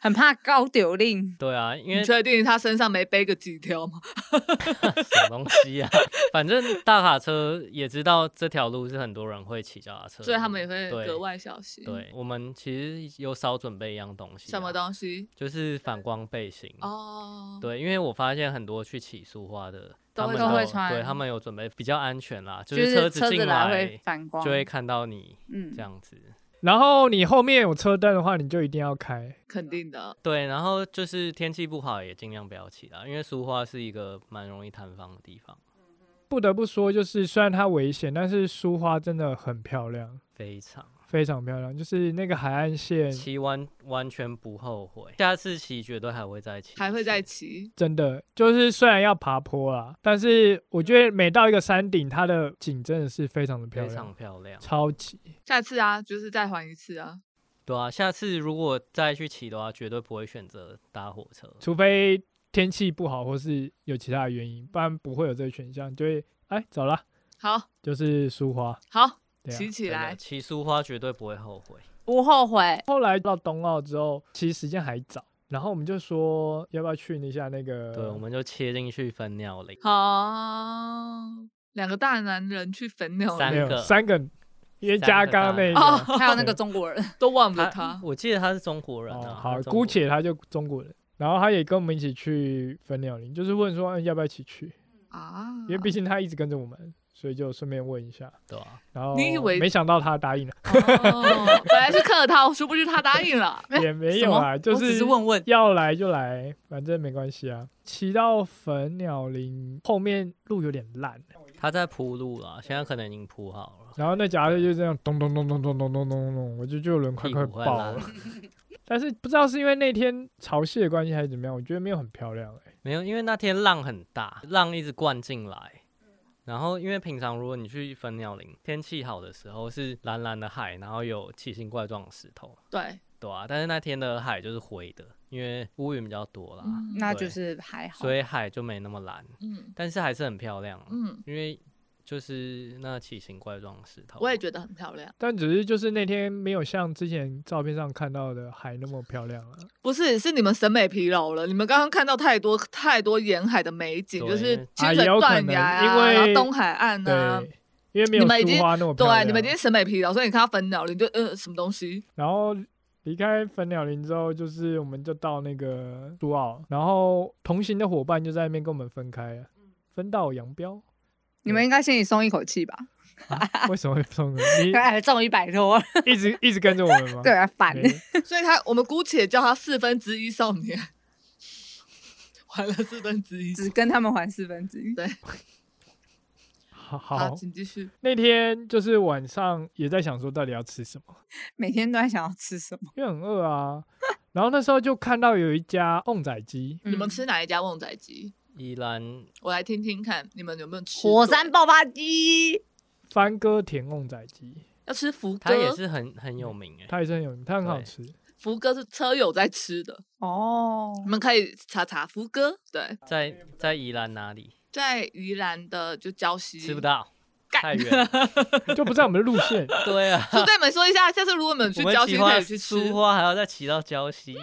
Speaker 2: 很怕高丢令。
Speaker 3: 对啊，因为
Speaker 1: 你确定他身上没背个几条吗？
Speaker 3: 什么东西啊？ 反正大卡车也知道这条路是很多人会骑脚踏车的路，
Speaker 1: 所以他们也会
Speaker 3: 对
Speaker 1: 格。外小心。，
Speaker 3: 对我们其实有少准备一样东西、
Speaker 1: 什么
Speaker 3: 西？
Speaker 1: 东西？
Speaker 3: 就是反光背心。
Speaker 1: 哦，
Speaker 3: 嗯对，因为我发现很多去起诉花的，
Speaker 1: 都
Speaker 3: 他
Speaker 1: 会
Speaker 3: 们
Speaker 1: 穿
Speaker 2: 都会穿
Speaker 3: 对他们有准备比较安全啦，就
Speaker 2: 就是
Speaker 3: 车
Speaker 2: 是
Speaker 3: 子
Speaker 2: 车
Speaker 3: 进
Speaker 2: 子来会反光，
Speaker 3: 就会看到你
Speaker 2: 嗯
Speaker 3: 这样子。
Speaker 4: 然后你后面有车灯的话，你就一定要开。
Speaker 1: 肯定的。
Speaker 3: 对，然后就是天气不好也尽量不要骑啦，因为苏花是一个蛮容易摊方的地方，
Speaker 4: 不得不说，就是虽然它危险，但是苏花真的很漂亮，
Speaker 3: 非常。
Speaker 4: 非常漂亮。就是那个海岸线，
Speaker 3: 骑完完全不后悔，下次骑绝对还会再骑一次，
Speaker 1: 还会再骑，
Speaker 4: 真的就是虽然要爬坡啦，但是我觉得每到一个山顶，它的景真的是非常的漂
Speaker 3: 非
Speaker 4: 亮
Speaker 3: 常，漂亮。
Speaker 4: 超级。
Speaker 1: 下次啊，就是再还一次啊。
Speaker 3: 对啊，下次如果再去骑的话，绝对不会选择搭火车。
Speaker 4: 除非天气不好或是有其他的原因，不然不会有这个选项。就会哎，走了，
Speaker 1: 好
Speaker 4: 就是苏花。
Speaker 1: 好
Speaker 4: 对啊
Speaker 1: 骑起
Speaker 3: 真的
Speaker 1: 来，
Speaker 3: 骑苏花绝对不会后悔。
Speaker 2: 不后悔。
Speaker 4: 后来到冬奥之后，其实时间还早，然后我们就说要不要去一下那个？
Speaker 3: 对，我们就切进去分尿林，
Speaker 1: 好，两个大男人去粉鸟
Speaker 3: 三
Speaker 4: 没有
Speaker 3: 个
Speaker 4: 三个，因为加刚刚那
Speaker 3: 三
Speaker 4: 个
Speaker 1: 哦
Speaker 2: 还有那个中国人，
Speaker 1: 都忘不了他。
Speaker 3: 我记得他是中国人
Speaker 4: 哦
Speaker 3: 啊。他
Speaker 4: 好，
Speaker 3: 是中
Speaker 4: 姑
Speaker 3: 国人
Speaker 4: 且他就中国人。然后他也跟我们一起去粉鸟林，就是问说，嗯，要不要一起去？
Speaker 1: 啊，
Speaker 4: 因为毕竟他一直跟着我们，所以就顺便问一下。
Speaker 3: 对啊，
Speaker 4: 然后
Speaker 1: 你以为
Speaker 4: 没想到他答应了，
Speaker 1: 哦，本来是客套，殊不知他答应了。
Speaker 4: 也没
Speaker 2: 什
Speaker 4: 有
Speaker 2: 么
Speaker 4: 啊，就
Speaker 2: 我只
Speaker 4: 是
Speaker 2: 是问问。
Speaker 4: 要来就来，反正没关系啊。骑到粉鸟林后面路有点烂，
Speaker 3: 他在铺路了，现在可能已经铺好了。
Speaker 4: 然后那脚踏车就这样咚咚咚咚咚咚咚咚咚咚，我就觉得轮
Speaker 3: 屁
Speaker 4: 快
Speaker 3: 股
Speaker 4: 快
Speaker 3: 会
Speaker 4: 爆
Speaker 3: 烂
Speaker 4: 了。，但是不知道是因为那天潮汐的关系还是怎么样，我觉得没有很漂亮哎、
Speaker 3: 没有，因为那天浪很大，浪一直灌进来。然后，因为平常如果你去粉鸟林，天气好的时候是蓝蓝的海，然后有奇形怪状的石头，
Speaker 1: 对，
Speaker 3: 对啊，但是那天的海就是灰的，因为乌云比较多啦，
Speaker 1: 嗯
Speaker 2: 那就是还好，
Speaker 3: 所以海就没那么蓝，
Speaker 1: 嗯
Speaker 3: 但是还是很漂亮啊，
Speaker 1: 嗯，
Speaker 3: 因为就是那奇形怪状的石头。
Speaker 1: 我也觉得很漂亮。
Speaker 4: 但只是就是那天没有像之前照片上看到的海那么漂亮啊了、
Speaker 1: 不是，是你们审美疲劳了。你们刚刚看到太多太多沿海的美景，
Speaker 3: 对
Speaker 1: 就是
Speaker 4: 啊
Speaker 1: 清
Speaker 4: 也
Speaker 1: 水
Speaker 4: 有可
Speaker 1: 断崖
Speaker 4: 能因
Speaker 1: 啊，
Speaker 4: 为
Speaker 1: 然后东海岸啊，
Speaker 4: 对，因为没有
Speaker 1: 你们已经
Speaker 4: 苏花那么漂亮。
Speaker 1: 对，你们今天审美疲劳，所以你看到粉鸟，你就呃什么东 西？
Speaker 4: 然后离开粉鸟林之后，就是我们就到那个苏澳，然后同行的伙伴就在那边跟我们分开了，分道扬 镳。
Speaker 2: 你们应该心里松一口气吧？
Speaker 4: 为什么会分开？
Speaker 2: 哎，终于摆脱了，
Speaker 4: 你一直一直跟着我们吗？
Speaker 2: 对啊，烦。
Speaker 4: 没，
Speaker 1: 所以他，我们姑且叫他四分之一少年，还了四分之一。
Speaker 2: 只跟他们还四分之一。
Speaker 1: 对，
Speaker 4: 好
Speaker 1: 好，
Speaker 4: 好。
Speaker 1: 请继续。
Speaker 4: 那天就是晚上也在想说到底要吃什么，
Speaker 2: 每天都在想要吃什么。
Speaker 4: 因为很饿啊。然后那时候就看到有一家旺仔鸡，
Speaker 1: 你们
Speaker 2: 嗯
Speaker 1: 吃哪一家旺仔鸡？
Speaker 3: 宜兰
Speaker 1: 我来听听看，你们有没有吃过？
Speaker 2: 火山爆发鸡？
Speaker 4: 番哥甜旺仔鸡，
Speaker 1: 要吃福哥，
Speaker 3: 它也是很很有名哎、
Speaker 1: 嗯
Speaker 4: 它也是很有名，它很好
Speaker 3: 对
Speaker 4: 吃。
Speaker 1: 福哥是车友在吃的，
Speaker 2: 哦，
Speaker 1: 你们可以查查福哥。对，
Speaker 3: 在在宜兰哪里
Speaker 1: 在宜兰的就礁溪
Speaker 3: 吃不。到，
Speaker 1: 干
Speaker 3: 太远了。
Speaker 4: 就不在我们的路线。
Speaker 3: 对啊，
Speaker 1: 就对你们说一下，下次如果你们 去
Speaker 3: 我
Speaker 1: 礁
Speaker 3: 们
Speaker 1: 溪
Speaker 3: 骑
Speaker 1: 可
Speaker 3: 花
Speaker 1: 以去吃。
Speaker 3: 苏花还要再骑到礁溪，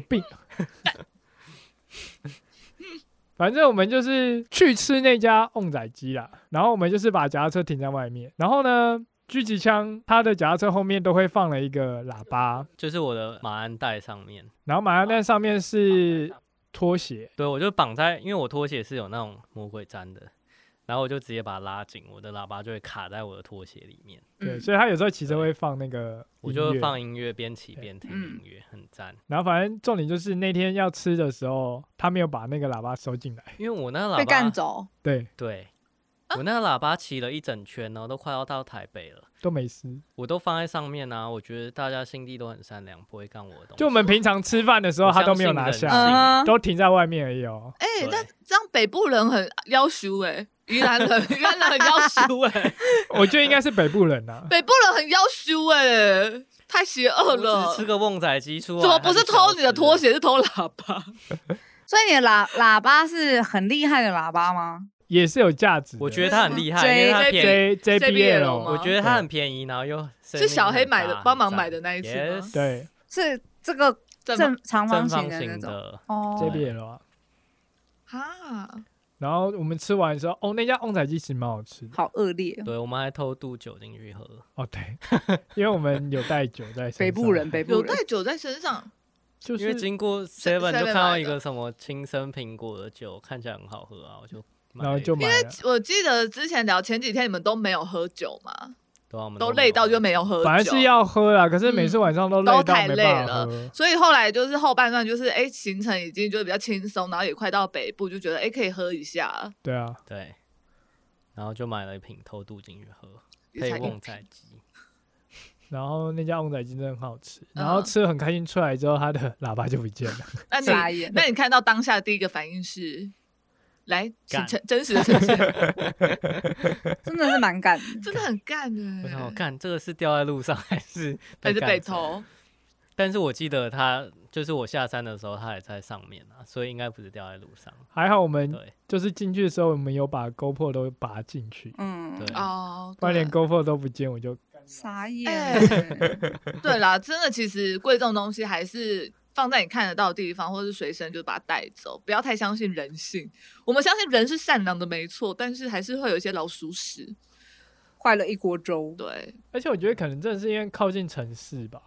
Speaker 4: 病。反正我们就是去吃那家旺仔鸡啦，然后我们就是把脚踏车停在外面，然后呢，狙击枪它的脚踏车后面都会放了一个喇叭，
Speaker 3: 就是我的马鞍带上面。
Speaker 4: 然后马上那上面是拖鞋，
Speaker 3: 对我就绑在，因为我拖鞋是有那种魔鬼粘的，然后我就直接把它拉紧，我的喇叭就会卡在我的拖鞋里面，
Speaker 4: 对，
Speaker 1: 嗯
Speaker 4: 所以他有时候骑车
Speaker 3: 对
Speaker 4: 会放那个，
Speaker 3: 我就会。放音乐边骑
Speaker 4: 对
Speaker 3: 边听
Speaker 1: 嗯
Speaker 3: 音乐，很赞。
Speaker 4: 然后反正重点就是那天要吃的时候，他没有把那个喇叭收进来。
Speaker 3: 因为我那个
Speaker 2: 被
Speaker 3: 喇叭
Speaker 2: 干走，
Speaker 4: 对，
Speaker 3: 对，
Speaker 1: 啊
Speaker 3: 我那个喇叭骑了一整圈，然后都快要到台北了，
Speaker 4: 都没事。
Speaker 3: 我都放在上面啊。我觉得大家心地都很善良，不会干我的东西。
Speaker 4: 就我 们平常吃饭的时候，
Speaker 3: 我
Speaker 4: 他都
Speaker 3: 相
Speaker 4: 没有
Speaker 3: 信
Speaker 4: 拿
Speaker 3: 人
Speaker 4: 下，
Speaker 3: 性啊
Speaker 2: 嗯
Speaker 4: 都停在外面而已哦。
Speaker 1: 哎、
Speaker 3: 对
Speaker 1: 但这样北部人很要求哎、宜兰人 宜兰人很要求哎、，
Speaker 4: 我觉得应该是北部人啊
Speaker 1: 北部人很要求哎、太邪恶
Speaker 3: 我只
Speaker 1: 了
Speaker 3: 是。吃个旺仔鸡出来，
Speaker 1: 怎么不
Speaker 3: 还
Speaker 1: 是
Speaker 3: 想要
Speaker 1: 偷你的
Speaker 3: 吃
Speaker 1: 拖？鞋，是偷喇叭？
Speaker 2: 所以你的喇喇叭是很厉害的喇叭吗？
Speaker 4: 也是有价值的。
Speaker 3: 我觉得它很厉害，因
Speaker 2: 追
Speaker 3: 为它
Speaker 1: 追
Speaker 3: 便宜。
Speaker 4: J
Speaker 1: JBL
Speaker 3: 我
Speaker 1: 吗
Speaker 4: JBL，
Speaker 3: 觉得它很便宜，然后又
Speaker 1: 是小黑买的帮忙买的那一次吗
Speaker 3: 次，
Speaker 4: 对
Speaker 2: 是这个
Speaker 1: 怎么
Speaker 2: 正长 方
Speaker 3: 正
Speaker 2: 形
Speaker 3: 方
Speaker 2: 的那
Speaker 3: 形
Speaker 2: 种
Speaker 3: 的，
Speaker 2: 哦
Speaker 3: 这边
Speaker 4: JBL 啊。
Speaker 1: 啊？
Speaker 4: 然后我们吃完的时候，哦，那家旺仔鸡其实蛮好吃的。
Speaker 2: 好恶劣哦，
Speaker 3: 对，我们还偷渡酒进去喝，
Speaker 4: 哦，对，因为我们有带酒在身上。
Speaker 2: 北部人，北
Speaker 1: 有
Speaker 2: 部人
Speaker 1: 带酒在身上，
Speaker 4: 就
Speaker 3: 因为
Speaker 4: 是，
Speaker 3: 经过 Seven
Speaker 1: Seven
Speaker 3: 就看到
Speaker 1: 买
Speaker 3: 一
Speaker 1: 的
Speaker 3: 个什么青生苹果的酒，看起来很好喝啊，我就买
Speaker 4: 然后
Speaker 3: 了一
Speaker 4: 就
Speaker 3: 瓶
Speaker 4: 买了。
Speaker 1: 我记得之前聊前几天你们都没有喝酒嘛，
Speaker 3: 对啊我们
Speaker 1: 都
Speaker 3: 都
Speaker 1: 累到就
Speaker 3: 没
Speaker 1: 没有喝酒，
Speaker 4: 反正是要喝啦，可是每次晚上都
Speaker 1: 都
Speaker 4: 累到
Speaker 1: 太
Speaker 4: 没
Speaker 1: 累
Speaker 4: 办法
Speaker 1: 了
Speaker 4: 喝。
Speaker 1: 所以后来就是后半段就是哎、诶行程已经就是比较轻松，然后也快到北部，就觉得哎、诶可以喝一下，
Speaker 4: 对啊，
Speaker 3: 有对，然后就买了一瓶偷渡进去喝，
Speaker 1: 也
Speaker 3: 配
Speaker 1: 才一
Speaker 3: 旺仔鸡，
Speaker 4: 然后那家旺仔鸡真的很好吃，
Speaker 1: 嗯
Speaker 4: 然后吃得很开心，出来之后他的喇叭就不见了。
Speaker 1: 那
Speaker 2: 傻
Speaker 1: 你
Speaker 2: 眼。
Speaker 1: 那你看到当下的第一个反应是，来，请
Speaker 3: 干
Speaker 1: 诚真实的呈现，
Speaker 2: 真的是蛮干的。
Speaker 1: 真的很干
Speaker 3: 我想我
Speaker 1: 哎、
Speaker 3: 看这个是掉在路上还是
Speaker 1: 还是
Speaker 3: 干
Speaker 1: 北
Speaker 3: 走，
Speaker 1: 投，
Speaker 3: 但是我记得他就是我下山的时候他还在上面啊，所以应该不是掉在路上，
Speaker 4: 还好我们
Speaker 3: 对
Speaker 4: 就是进去的时候，我们有把 GoPro 都拔进去，
Speaker 2: 嗯，
Speaker 3: 对，
Speaker 1: 哦，
Speaker 4: 不然连
Speaker 1: 对
Speaker 4: GoPro 都不见，我就
Speaker 2: 傻
Speaker 1: 哎
Speaker 2: 眼。
Speaker 1: 对啦，真的其实贵重东西还是。放在你看得到的地方，或者是随身，就把它带走，不要太相信人性。我们相信人是善良的，没错，但是还是会有一些老鼠屎。
Speaker 2: 坏了一锅粥。
Speaker 1: 对，
Speaker 4: 而且我觉得可能真的是因为靠近城市吧，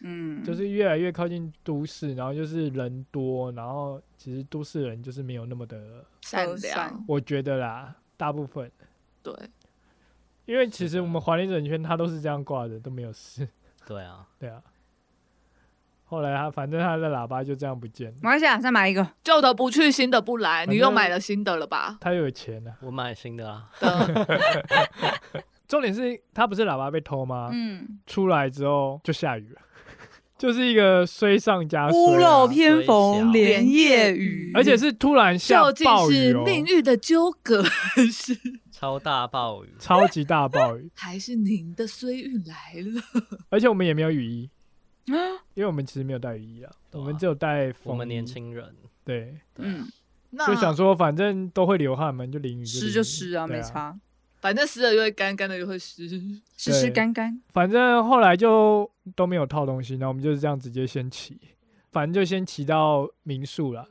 Speaker 2: 嗯，
Speaker 4: 就是越来越靠近都市，然后就是人多，然后其实都市人就是没有那么的，
Speaker 1: 善
Speaker 2: 和
Speaker 1: 良
Speaker 2: 善，
Speaker 4: 我觉得啦，大部分，
Speaker 1: 对，
Speaker 4: 因为其
Speaker 3: 是
Speaker 4: 实
Speaker 3: 的
Speaker 4: 我们环一整圈他都是这样挂的，都没有事，
Speaker 3: 对啊，
Speaker 4: 对啊。后来他反正他的喇叭就这样不见了，
Speaker 2: 马来西亚再买一个，
Speaker 3: 啊
Speaker 1: 旧的不去，新的不来，
Speaker 4: 反
Speaker 1: 你又
Speaker 4: 正
Speaker 1: 买了新的了 吧？嗯
Speaker 4: 他有钱啊。
Speaker 3: 我买新的啊，
Speaker 1: 的
Speaker 4: 重点是他不是喇叭被偷吗？
Speaker 2: 嗯，
Speaker 4: 出来之后就下雨了， 就是一个衰上加衰、啊
Speaker 2: 屋漏。偏
Speaker 3: 所以小
Speaker 2: 逢连夜雨，
Speaker 4: 而且是突然下
Speaker 1: 究竟
Speaker 4: 暴雨
Speaker 1: 是
Speaker 4: 哦，
Speaker 1: 命运的纠葛，还是
Speaker 3: 超大暴雨，
Speaker 4: 超级大暴雨，
Speaker 1: 还是您的衰运来了？
Speaker 4: 而且我们也没有雨衣，
Speaker 2: 啊
Speaker 4: 因为我们其实没有带雨衣啊，
Speaker 3: 对啊
Speaker 4: 我们只有带风衣。
Speaker 3: 我们年轻人。
Speaker 4: 对，
Speaker 3: 对啊
Speaker 2: 嗯，
Speaker 1: 那
Speaker 4: 就想说反正都会流汗嘛，你就淋雨淋
Speaker 2: 湿
Speaker 4: 雨
Speaker 2: 就湿啊，
Speaker 4: 对
Speaker 2: 没差，
Speaker 1: 反正湿了就会干，干了就会湿。
Speaker 2: 湿湿干干。
Speaker 4: 反正后来就都没有套东西，然后我们就是这样直接先骑，反正就先骑到民宿了。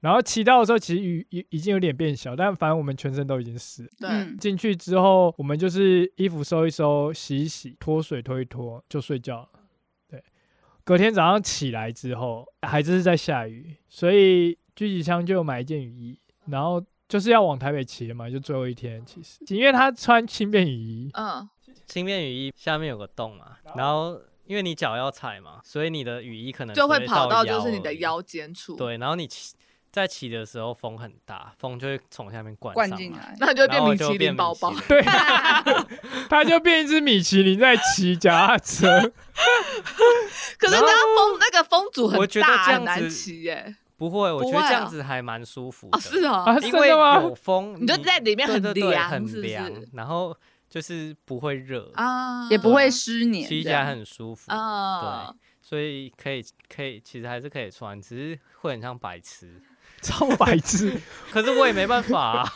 Speaker 4: 然后骑到的时候，其实雨已已经有点变小，但反正我们全身都已经湿了。
Speaker 1: 对，
Speaker 2: 嗯
Speaker 4: 进去之后，我们就是衣服收一收，洗一洗，脱水脱一脱就睡觉了。对，隔天早上起来之后，还真是在下雨，所以狙击枪就买一件雨衣，然后就是要往台北骑了嘛，就最后一天其实，因为他穿轻便雨衣，
Speaker 1: 嗯，
Speaker 3: 轻便雨衣下面有个洞嘛，
Speaker 4: 啊
Speaker 3: 然后因为你脚要踩嘛，所以你的雨衣可能
Speaker 1: 就
Speaker 3: 只
Speaker 1: 会跑
Speaker 3: 到
Speaker 1: 到就是你
Speaker 3: 而
Speaker 1: 的
Speaker 3: 已。
Speaker 1: 腰间处，，
Speaker 3: 对，然后你骑在骑的时候风很大，风就会从下面灌
Speaker 2: 灌
Speaker 3: 上
Speaker 2: 进
Speaker 3: 来，
Speaker 2: 来，
Speaker 1: 那就会
Speaker 3: 然
Speaker 1: 变
Speaker 3: 后
Speaker 1: 米
Speaker 3: 就
Speaker 1: 其
Speaker 3: 变
Speaker 1: 林
Speaker 3: 米
Speaker 1: 宝
Speaker 3: 其
Speaker 1: 宝。
Speaker 3: 林
Speaker 4: 对，他就变一只米其林在骑脚踏车。
Speaker 1: 可是那风那个风阻
Speaker 3: 我
Speaker 1: 很
Speaker 3: 觉得
Speaker 1: 大，
Speaker 3: 这
Speaker 1: 很
Speaker 3: 样
Speaker 1: 难
Speaker 3: 子
Speaker 1: 骑耶。
Speaker 3: 不会，我
Speaker 1: 不
Speaker 3: 觉得
Speaker 1: 会
Speaker 3: 这样
Speaker 1: 啊
Speaker 3: 子还蛮舒服的。
Speaker 1: 哦，是哦，
Speaker 4: 啊
Speaker 3: 因
Speaker 4: 真
Speaker 3: 为
Speaker 4: 的吗
Speaker 3: 有风，
Speaker 1: 你就在里面
Speaker 3: 对
Speaker 1: 很
Speaker 3: 对对
Speaker 1: 凉
Speaker 3: 很
Speaker 1: 是不是
Speaker 3: 凉，然后就是不会热，
Speaker 1: 啊，
Speaker 2: 也不会湿黏，
Speaker 3: 骑起
Speaker 2: 这样
Speaker 3: 来很舒服，
Speaker 1: 啊，
Speaker 3: 所以可以可以，其实还是可以穿，只是会很像白痴。
Speaker 4: 超白痴！
Speaker 3: 可是我也没办法、啊，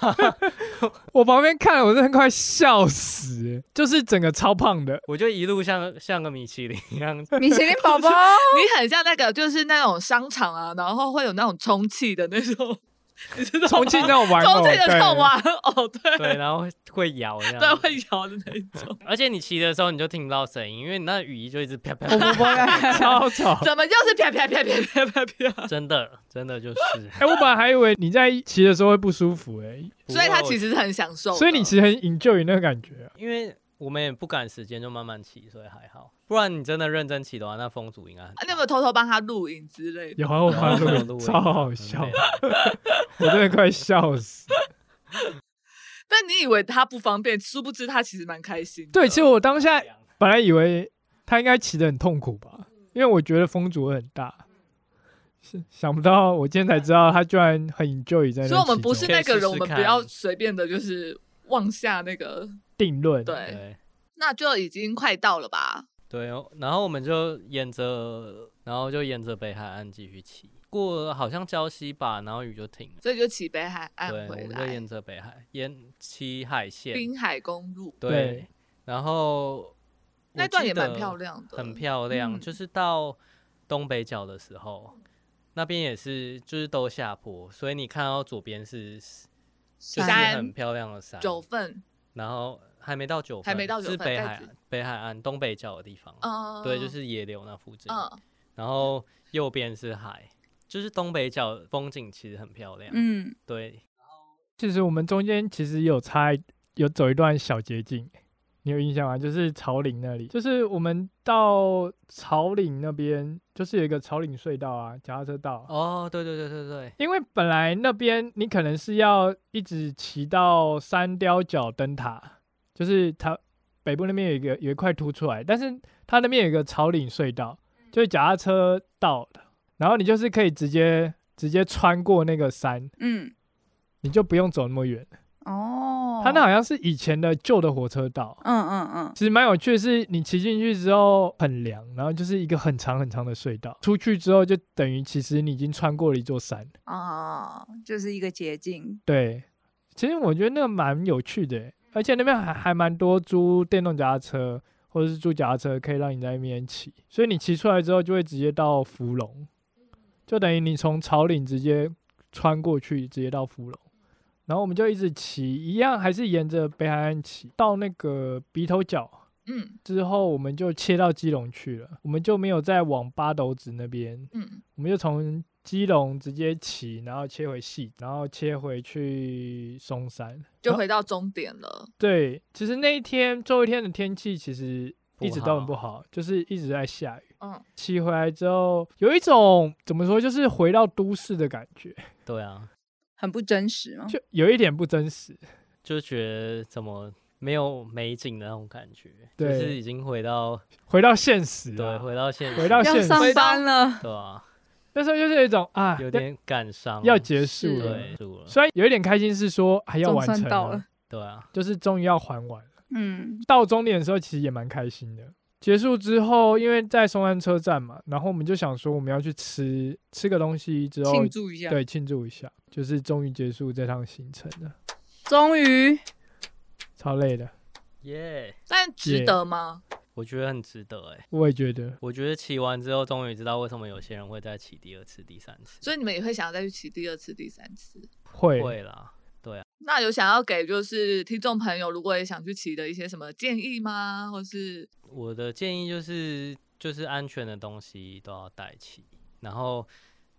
Speaker 4: 我旁边看了，我真的快笑死、欸就是整个超胖的，
Speaker 3: 我就一路像像个米其林一 样，
Speaker 2: 米其林宝宝
Speaker 1: 你很像那个，就是那种商场啊，然后会有那种充气的那种 你知道吗
Speaker 4: 重庆那种玩 偶，
Speaker 1: 重庆的那种
Speaker 4: 对
Speaker 1: 玩偶，对
Speaker 3: 对，啊然后会会咬 这
Speaker 1: 对
Speaker 3: 样。
Speaker 1: 会摇的那一种，
Speaker 3: 而且你骑的时候你就听不到声音，因为你那雨衣就一直啪啪
Speaker 4: 我
Speaker 3: 啪
Speaker 4: 们不会超吵。
Speaker 1: 怎么又是啪啪啪啪啪啪 啪？
Speaker 3: 真的真的就是。
Speaker 4: 哎、我本来还以为你在骑的时候会不舒服、
Speaker 1: 所以他
Speaker 3: 不过
Speaker 1: 其实是很享受
Speaker 4: 哎，
Speaker 1: 的，
Speaker 4: 所以你其实很 enjoy 那个感觉、啊。
Speaker 3: 因为我们也不赶时间，就慢慢骑，所以还好。不然你真的认真骑的话，那风阻应该很
Speaker 1: 啊你有没有偷偷帮他录影之类的？
Speaker 4: 有啊，我
Speaker 3: 大。
Speaker 4: 看
Speaker 3: 然后
Speaker 4: 录，超好笑
Speaker 3: 很累，啊
Speaker 4: 我真的快笑死。
Speaker 1: 但你以为他不方便，殊不知他其实蛮开心的。
Speaker 4: 对，其实我当下本来以为他应该骑得很痛苦
Speaker 1: 嗯
Speaker 4: 吧，因为我觉得风阻会很大。是想不到，我今天才知道他居然很 enjoy 在那骑
Speaker 1: 所
Speaker 4: 车。
Speaker 1: 以我们不是那个
Speaker 3: 可
Speaker 1: 人，
Speaker 3: 以试试
Speaker 1: 我们不
Speaker 3: 看
Speaker 1: 要随便的，就是妄下那个。
Speaker 4: 定论，
Speaker 1: 对，
Speaker 3: 对
Speaker 1: 那就已经快到了吧？
Speaker 3: 对哦，然后我们就沿着，然后就沿着北海岸继续骑，过了好像礁溪吧，然后雨就停了。
Speaker 1: 所以就骑北海岸
Speaker 3: 对，我
Speaker 1: 哎回
Speaker 3: 们就
Speaker 1: 来，
Speaker 3: 沿着北海沿骑海线，
Speaker 1: 滨海公路
Speaker 3: 对
Speaker 4: 对，
Speaker 3: 然后
Speaker 1: 那
Speaker 3: 我
Speaker 1: 段
Speaker 3: 记
Speaker 1: 也蛮
Speaker 3: 得
Speaker 1: 漂亮的
Speaker 3: 很漂亮。
Speaker 1: 嗯
Speaker 3: 就是到东北角的时候，那边也是就是都下坡，所以你看到左边是 就是很
Speaker 1: 山
Speaker 3: 漂亮的山，
Speaker 1: 九份，
Speaker 3: 然后还没到九份，
Speaker 1: 还没到九
Speaker 3: 是
Speaker 1: 份
Speaker 3: 北
Speaker 1: 在
Speaker 3: 海
Speaker 1: 指
Speaker 3: 北海岸东北角的地方，
Speaker 1: 嗯，
Speaker 3: 对，就是野柳那附近，
Speaker 1: 嗯，
Speaker 3: 然后右边是海。就是东北角风景其实很漂亮，
Speaker 2: 嗯，
Speaker 3: 对，
Speaker 4: 其实我们中间其实有差一有走一段小捷径，你有印象吗？就是草岭那里，就是我们到草岭那边，就是有一个草岭隧道啊，脚踏车道。
Speaker 3: 哦，对对对对对，
Speaker 4: 因为本来那边你可能是要一直骑到山雕角灯塔，就是它北部那边有一个有一块凸出来，但是它那边有一个草岭隧道，就是脚踏车道的，然后你就是可以直接直接穿过那个山，
Speaker 2: 嗯，
Speaker 4: 你就不用走那么远。
Speaker 2: 哦，
Speaker 4: 它那好像是以前的旧的火车道，
Speaker 2: 嗯嗯嗯，
Speaker 4: 其实蛮有趣的是，你骑进去之后很凉，然后就是一个很长很长的隧道，出去之后就等于其实你已经穿过了一座山。
Speaker 2: 哦，就是一个捷径，
Speaker 4: 对，其实我觉得那个蛮有趣的欸，而且那边还还蛮多租电动脚踏车或者是租脚踏车，可以让你在那边骑，所以你骑出来之后就会直接到福隆，就等于你从草岭直接穿过去，直接到福隆。然后我们就一直骑，一样还是沿着北海岸骑，到那个鼻头角
Speaker 1: 嗯
Speaker 4: 之后，我们就切到基隆去了，我们就没有再往八斗子那边
Speaker 1: 嗯，
Speaker 4: 我们就从基隆直接骑，然后切回戏，然后切回去松山。
Speaker 1: 就
Speaker 4: 然后
Speaker 1: 回到终点了。
Speaker 4: 对，其实那一天最后一天的天气其实一直都很
Speaker 3: 不
Speaker 4: 不
Speaker 3: 好
Speaker 4: 好，就是一直在下雨。
Speaker 1: 嗯，
Speaker 4: 骑回来之后，有一种怎么说，就是回到都市的感觉，
Speaker 3: 对啊，
Speaker 2: 很不真实吗？
Speaker 4: 就有一点不真实。
Speaker 3: 就觉得怎么没有美景的那种感觉，就
Speaker 4: 对
Speaker 3: 是已经回到
Speaker 4: 回到现实
Speaker 3: 对
Speaker 4: 啊，
Speaker 3: 回到现实，
Speaker 4: 回到
Speaker 2: 要
Speaker 4: 现实
Speaker 2: 上班了，
Speaker 3: 对啊，
Speaker 4: 那时候就是有一种啊，
Speaker 3: 有
Speaker 4: 要
Speaker 3: 点感伤，
Speaker 4: 要结束
Speaker 2: 是
Speaker 4: 了
Speaker 3: 对。住了，
Speaker 4: 虽然有一点开心，是说还要
Speaker 2: 总
Speaker 4: 完
Speaker 2: 算
Speaker 4: 成
Speaker 2: 到了，
Speaker 3: 对啊，
Speaker 4: 就是终于要还完。
Speaker 2: 嗯，
Speaker 4: 到终点的时候其实也蛮开心的。结束之后，因为在松山车站嘛，然后我们就想说我们要去吃吃个东西之后，
Speaker 2: 庆祝一下，
Speaker 4: 对庆祝一下，就是终于结束这趟行程了，
Speaker 2: 终于
Speaker 4: 超累的，
Speaker 3: 耶、
Speaker 1: 但值
Speaker 4: 也
Speaker 1: 得吗？
Speaker 3: 我觉得很值得哎、
Speaker 4: 我也觉得。
Speaker 3: 我觉得骑完之后，终于知道为什么有些人会再骑第二次、第三次，
Speaker 1: 所以你们也会想要再去骑第二次、第三次。
Speaker 4: 会，
Speaker 3: 会啦，对啊，
Speaker 1: 那有想要给就是听众朋友，如果也想去骑的一些什么建议吗？或是
Speaker 3: 我的建议就是就是安全的东西都要带齐，然后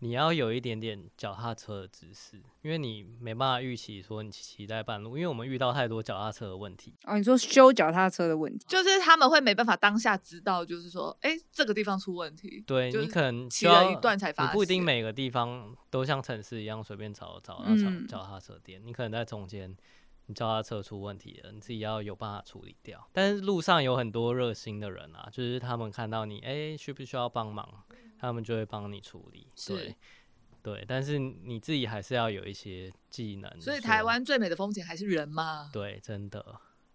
Speaker 3: 你要有一点点脚踏车的知识，因为你没办法预期说你骑在半路，因为我们遇到太多脚踏车的问题，
Speaker 2: 哦，你说修脚踏车的问题，
Speaker 1: 就是他们会没办法当下知道，就是说，哎、这个地方出问题，
Speaker 3: 对
Speaker 1: 就
Speaker 3: 你
Speaker 1: 是
Speaker 3: 可能
Speaker 1: 骑
Speaker 3: 就
Speaker 1: 了一
Speaker 3: 要
Speaker 1: 段才发
Speaker 3: 你不一定
Speaker 1: 现
Speaker 3: 每个地方都像城市一样随便找找到脚
Speaker 2: 嗯
Speaker 3: 脚踏车店，你可能在中间，你脚踏车出问题了，你自己要有办法处理掉。但是路上有很多热心的人啊，就是他们看到你，哎、需不需要帮忙，他们就会帮你处理。
Speaker 1: 嗯是
Speaker 3: 对，对，但是你自己还是要有一些技能。
Speaker 1: 所以
Speaker 3: 说
Speaker 1: 台湾最美的风景还是人嘛。
Speaker 3: 对，真的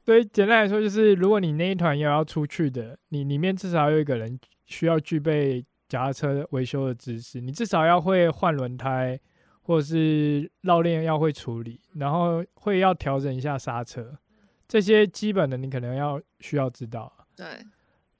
Speaker 4: 所以简单来说就是，如果你那一团也要出去的，你里面至少有一个人需要具备脚踏车维修的知识，你至少要会换轮胎，或者是绕链要会处理，然后会要
Speaker 3: 嗯
Speaker 4: 调整一下刹车，这些基本的你可能要需要知道。
Speaker 1: 对，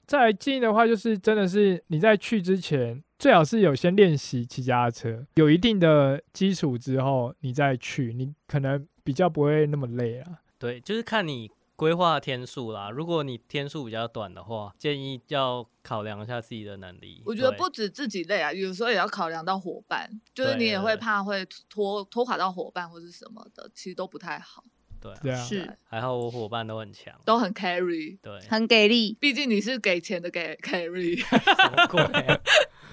Speaker 4: 再来建议的话，就是真的是你在去之前，最好是有先练习骑脚踏车，有一定的基础之后，你再去，你可能比较不会那么累啊。
Speaker 3: 对，就是看你规划天数啦。如果你天数比较短的话，建议要考量一下自己的能力。
Speaker 1: 我觉得
Speaker 3: 对
Speaker 1: 不止自己累啊，有时候也要考量到伙伴，就是你
Speaker 3: 对
Speaker 1: 也会
Speaker 3: 对
Speaker 1: 怕会拖拖垮到伙伴或是什么的，其实都不太好，
Speaker 3: 对啊，
Speaker 4: 对啊，
Speaker 2: 是
Speaker 3: 还好我伙伴都很强。
Speaker 1: 都很 carry。
Speaker 3: 对，
Speaker 2: 很给力，
Speaker 1: 毕竟你是给钱的给 carry，
Speaker 3: 什么鬼啊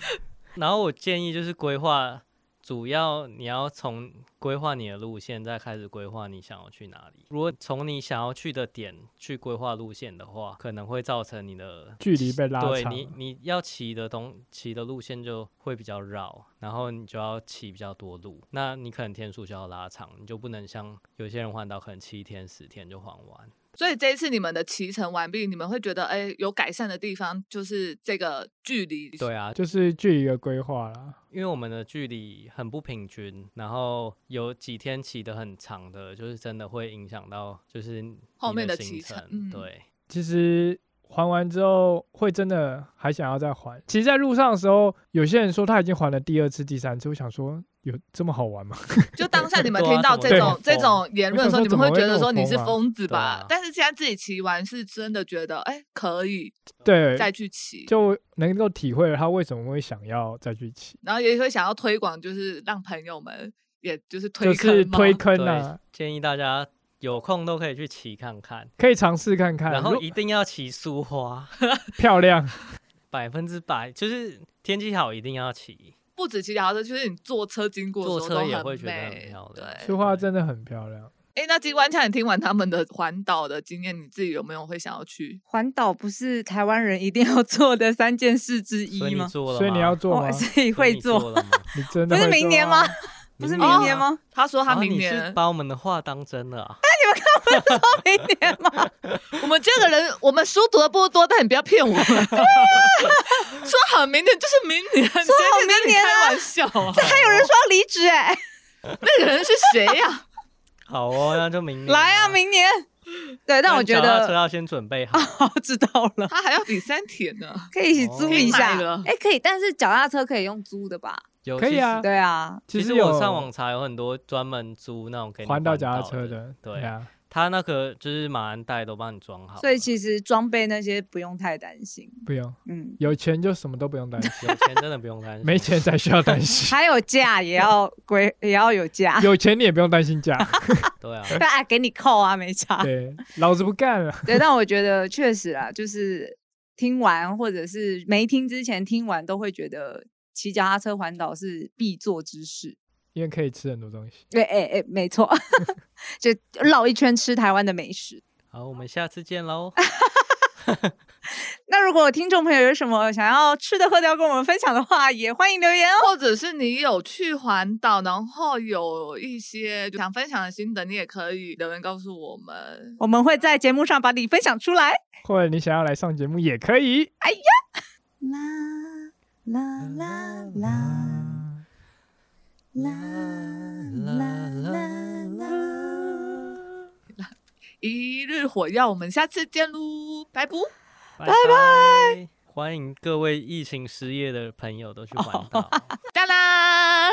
Speaker 3: 然后我建议就是规划，主要你要从规划你的路线，再开始规划你想要去哪里。如果从你想要去的点去规划路线的话，可能会造成你的
Speaker 4: 距离被拉
Speaker 3: 对
Speaker 4: 长
Speaker 3: 你
Speaker 4: 了
Speaker 3: 你要骑的东骑的路线就会比较绕，然后你就要骑比较多路，那你可能天数就要拉长，你就不能像有些人环岛可能七天十天就环完。
Speaker 1: 所以这一次你们的骑乘完毕，你们会觉得哎、有改善的地方，就是这个距离。
Speaker 3: 对啊，
Speaker 4: 就是距离的规划啦。
Speaker 3: 因为我们的距离很不平均，然后有几天骑得很长的，就是真的会影响到就是你
Speaker 1: 后面
Speaker 3: 的
Speaker 1: 的
Speaker 3: 行
Speaker 1: 骑
Speaker 3: 程
Speaker 1: 程。嗯
Speaker 3: 对，
Speaker 4: 其实还完之后会真的还想要再还。其实，在路上的时候，有些人说他已经还了第二次、第三次，我想说有这么好玩吗？
Speaker 1: 就当下你们
Speaker 3: 对啊
Speaker 1: 听到
Speaker 3: 怎么
Speaker 1: 这
Speaker 4: 会
Speaker 1: 种
Speaker 3: 那
Speaker 1: 这
Speaker 3: 么
Speaker 1: 种言论的时候，
Speaker 4: 我
Speaker 1: 你们
Speaker 4: 想说怎么
Speaker 1: 会
Speaker 4: 会
Speaker 1: 觉
Speaker 4: 那
Speaker 1: 得
Speaker 4: 么
Speaker 1: 说你 是
Speaker 4: 疯啊
Speaker 1: 疯子
Speaker 3: 对啊
Speaker 1: 吧？但是现在自己骑完，是真的觉得哎、可以
Speaker 4: 对，
Speaker 1: 再去骑，
Speaker 4: 就能够体会了他为什么会想要再去骑，
Speaker 1: 然后也会想要推广，就是让朋友们，也就是推
Speaker 4: 就
Speaker 1: 坑
Speaker 4: 是
Speaker 1: 吗
Speaker 4: 推坑
Speaker 3: 对
Speaker 4: 啊，，
Speaker 3: 建议大家有空都可以去骑看看，
Speaker 4: 可以尝试看看。
Speaker 3: 然后
Speaker 4: 如
Speaker 3: 一定要骑苏花，
Speaker 4: 漂亮，
Speaker 3: 百分之百就是天气好一定要骑，
Speaker 1: 不止骑脚踏车，就是你坐车经过的
Speaker 3: 坐
Speaker 1: 时候
Speaker 3: 车
Speaker 1: 都
Speaker 3: 也
Speaker 1: 很
Speaker 3: 会觉得很
Speaker 1: 美
Speaker 3: 漂亮
Speaker 1: 对，
Speaker 4: 苏花真的很漂亮。
Speaker 1: 哎，那金关卡，你听完他们的环岛的经验，你自己有没有会想要去？
Speaker 2: 环岛不是台湾人一定要做的三件事之
Speaker 3: 所以你
Speaker 2: 一吗？
Speaker 3: 做了吗，
Speaker 4: 所以你要做吗
Speaker 2: 哦，？所以
Speaker 3: 所以
Speaker 2: 会
Speaker 3: 你做
Speaker 2: 做，
Speaker 3: 了吗？
Speaker 4: 你真的
Speaker 2: 不是
Speaker 4: 会
Speaker 2: 明
Speaker 4: 做
Speaker 2: 年吗
Speaker 4: 啊？
Speaker 2: 不是
Speaker 1: 明
Speaker 2: 明
Speaker 1: 年
Speaker 2: 年 吗？
Speaker 1: 他
Speaker 4: 哦
Speaker 1: 说他
Speaker 3: 啊
Speaker 1: 明
Speaker 3: 你
Speaker 1: 年，
Speaker 3: 是把我们的话当真了啊？
Speaker 2: 明年吗？
Speaker 1: 我们这个人，我们书读的不多，但你不要骗我们。说好明年就是明年，说
Speaker 2: 好明年啊
Speaker 1: 开玩笑啊！
Speaker 2: 还有人说要离职哎，
Speaker 1: 那个人是谁呀、
Speaker 3: 好哦，那就明年
Speaker 2: 来啊，明年。对，但我觉
Speaker 3: 脚踏车
Speaker 2: 得
Speaker 3: 要先准备好，
Speaker 2: 好知道 了，
Speaker 1: 他还要比三铁呢。
Speaker 2: 可以一起
Speaker 3: 哦
Speaker 2: 租
Speaker 3: 可以
Speaker 2: 一下
Speaker 1: 买了。
Speaker 2: 哎，可以，但是脚踏车可以用租的吧？
Speaker 3: 有
Speaker 4: 可以
Speaker 3: 其实
Speaker 4: 啊
Speaker 2: 对啊，
Speaker 3: 其实
Speaker 4: 有
Speaker 3: 我上网查有很多专门租那种给你
Speaker 4: 环岛
Speaker 3: 到
Speaker 4: 脚踏
Speaker 3: 车
Speaker 4: 车的，
Speaker 3: 对
Speaker 4: 啊，
Speaker 3: 他那个就是马鞍带都帮你装好了，
Speaker 2: 所以其实装备那些不用太担心。
Speaker 4: 不用
Speaker 2: 嗯，
Speaker 4: 有钱就什么都不用担心，
Speaker 3: 有钱真的不用担心，
Speaker 4: 没钱才需要担心。
Speaker 2: 还有假也要归，也要有假，
Speaker 4: 有钱你也不用担心价，
Speaker 3: 对 啊，
Speaker 2: 但啊给你扣啊，没差。
Speaker 4: 对，老子不干了。
Speaker 2: 对，但我觉得确实啦，就是听完或者是没听之前听完，都会觉得骑脚踏车环岛是必做之事。
Speaker 4: 因为可以吃很多东西。
Speaker 2: 对，哎、哎、没错， 就绕一圈吃台湾的美食。
Speaker 3: 好，我们下次见喽，
Speaker 2: 那如果听众朋友有什么想要吃的喝的要跟我们分享的话，也欢迎留言哦。
Speaker 1: 或者是你有去环岛，然后有一些想分享的心得，你也可以留言告诉我们。
Speaker 2: 我们会在节目上把你分享出来。
Speaker 4: 或者你想要来上节目也可以。
Speaker 2: 啦啦啦啦啦啦啦啦。
Speaker 1: 一日火药，我们下次见喽，拜拜。
Speaker 3: 拜拜，哦欢迎各位疫情失业的朋友都去环岛。
Speaker 1: 哒啦。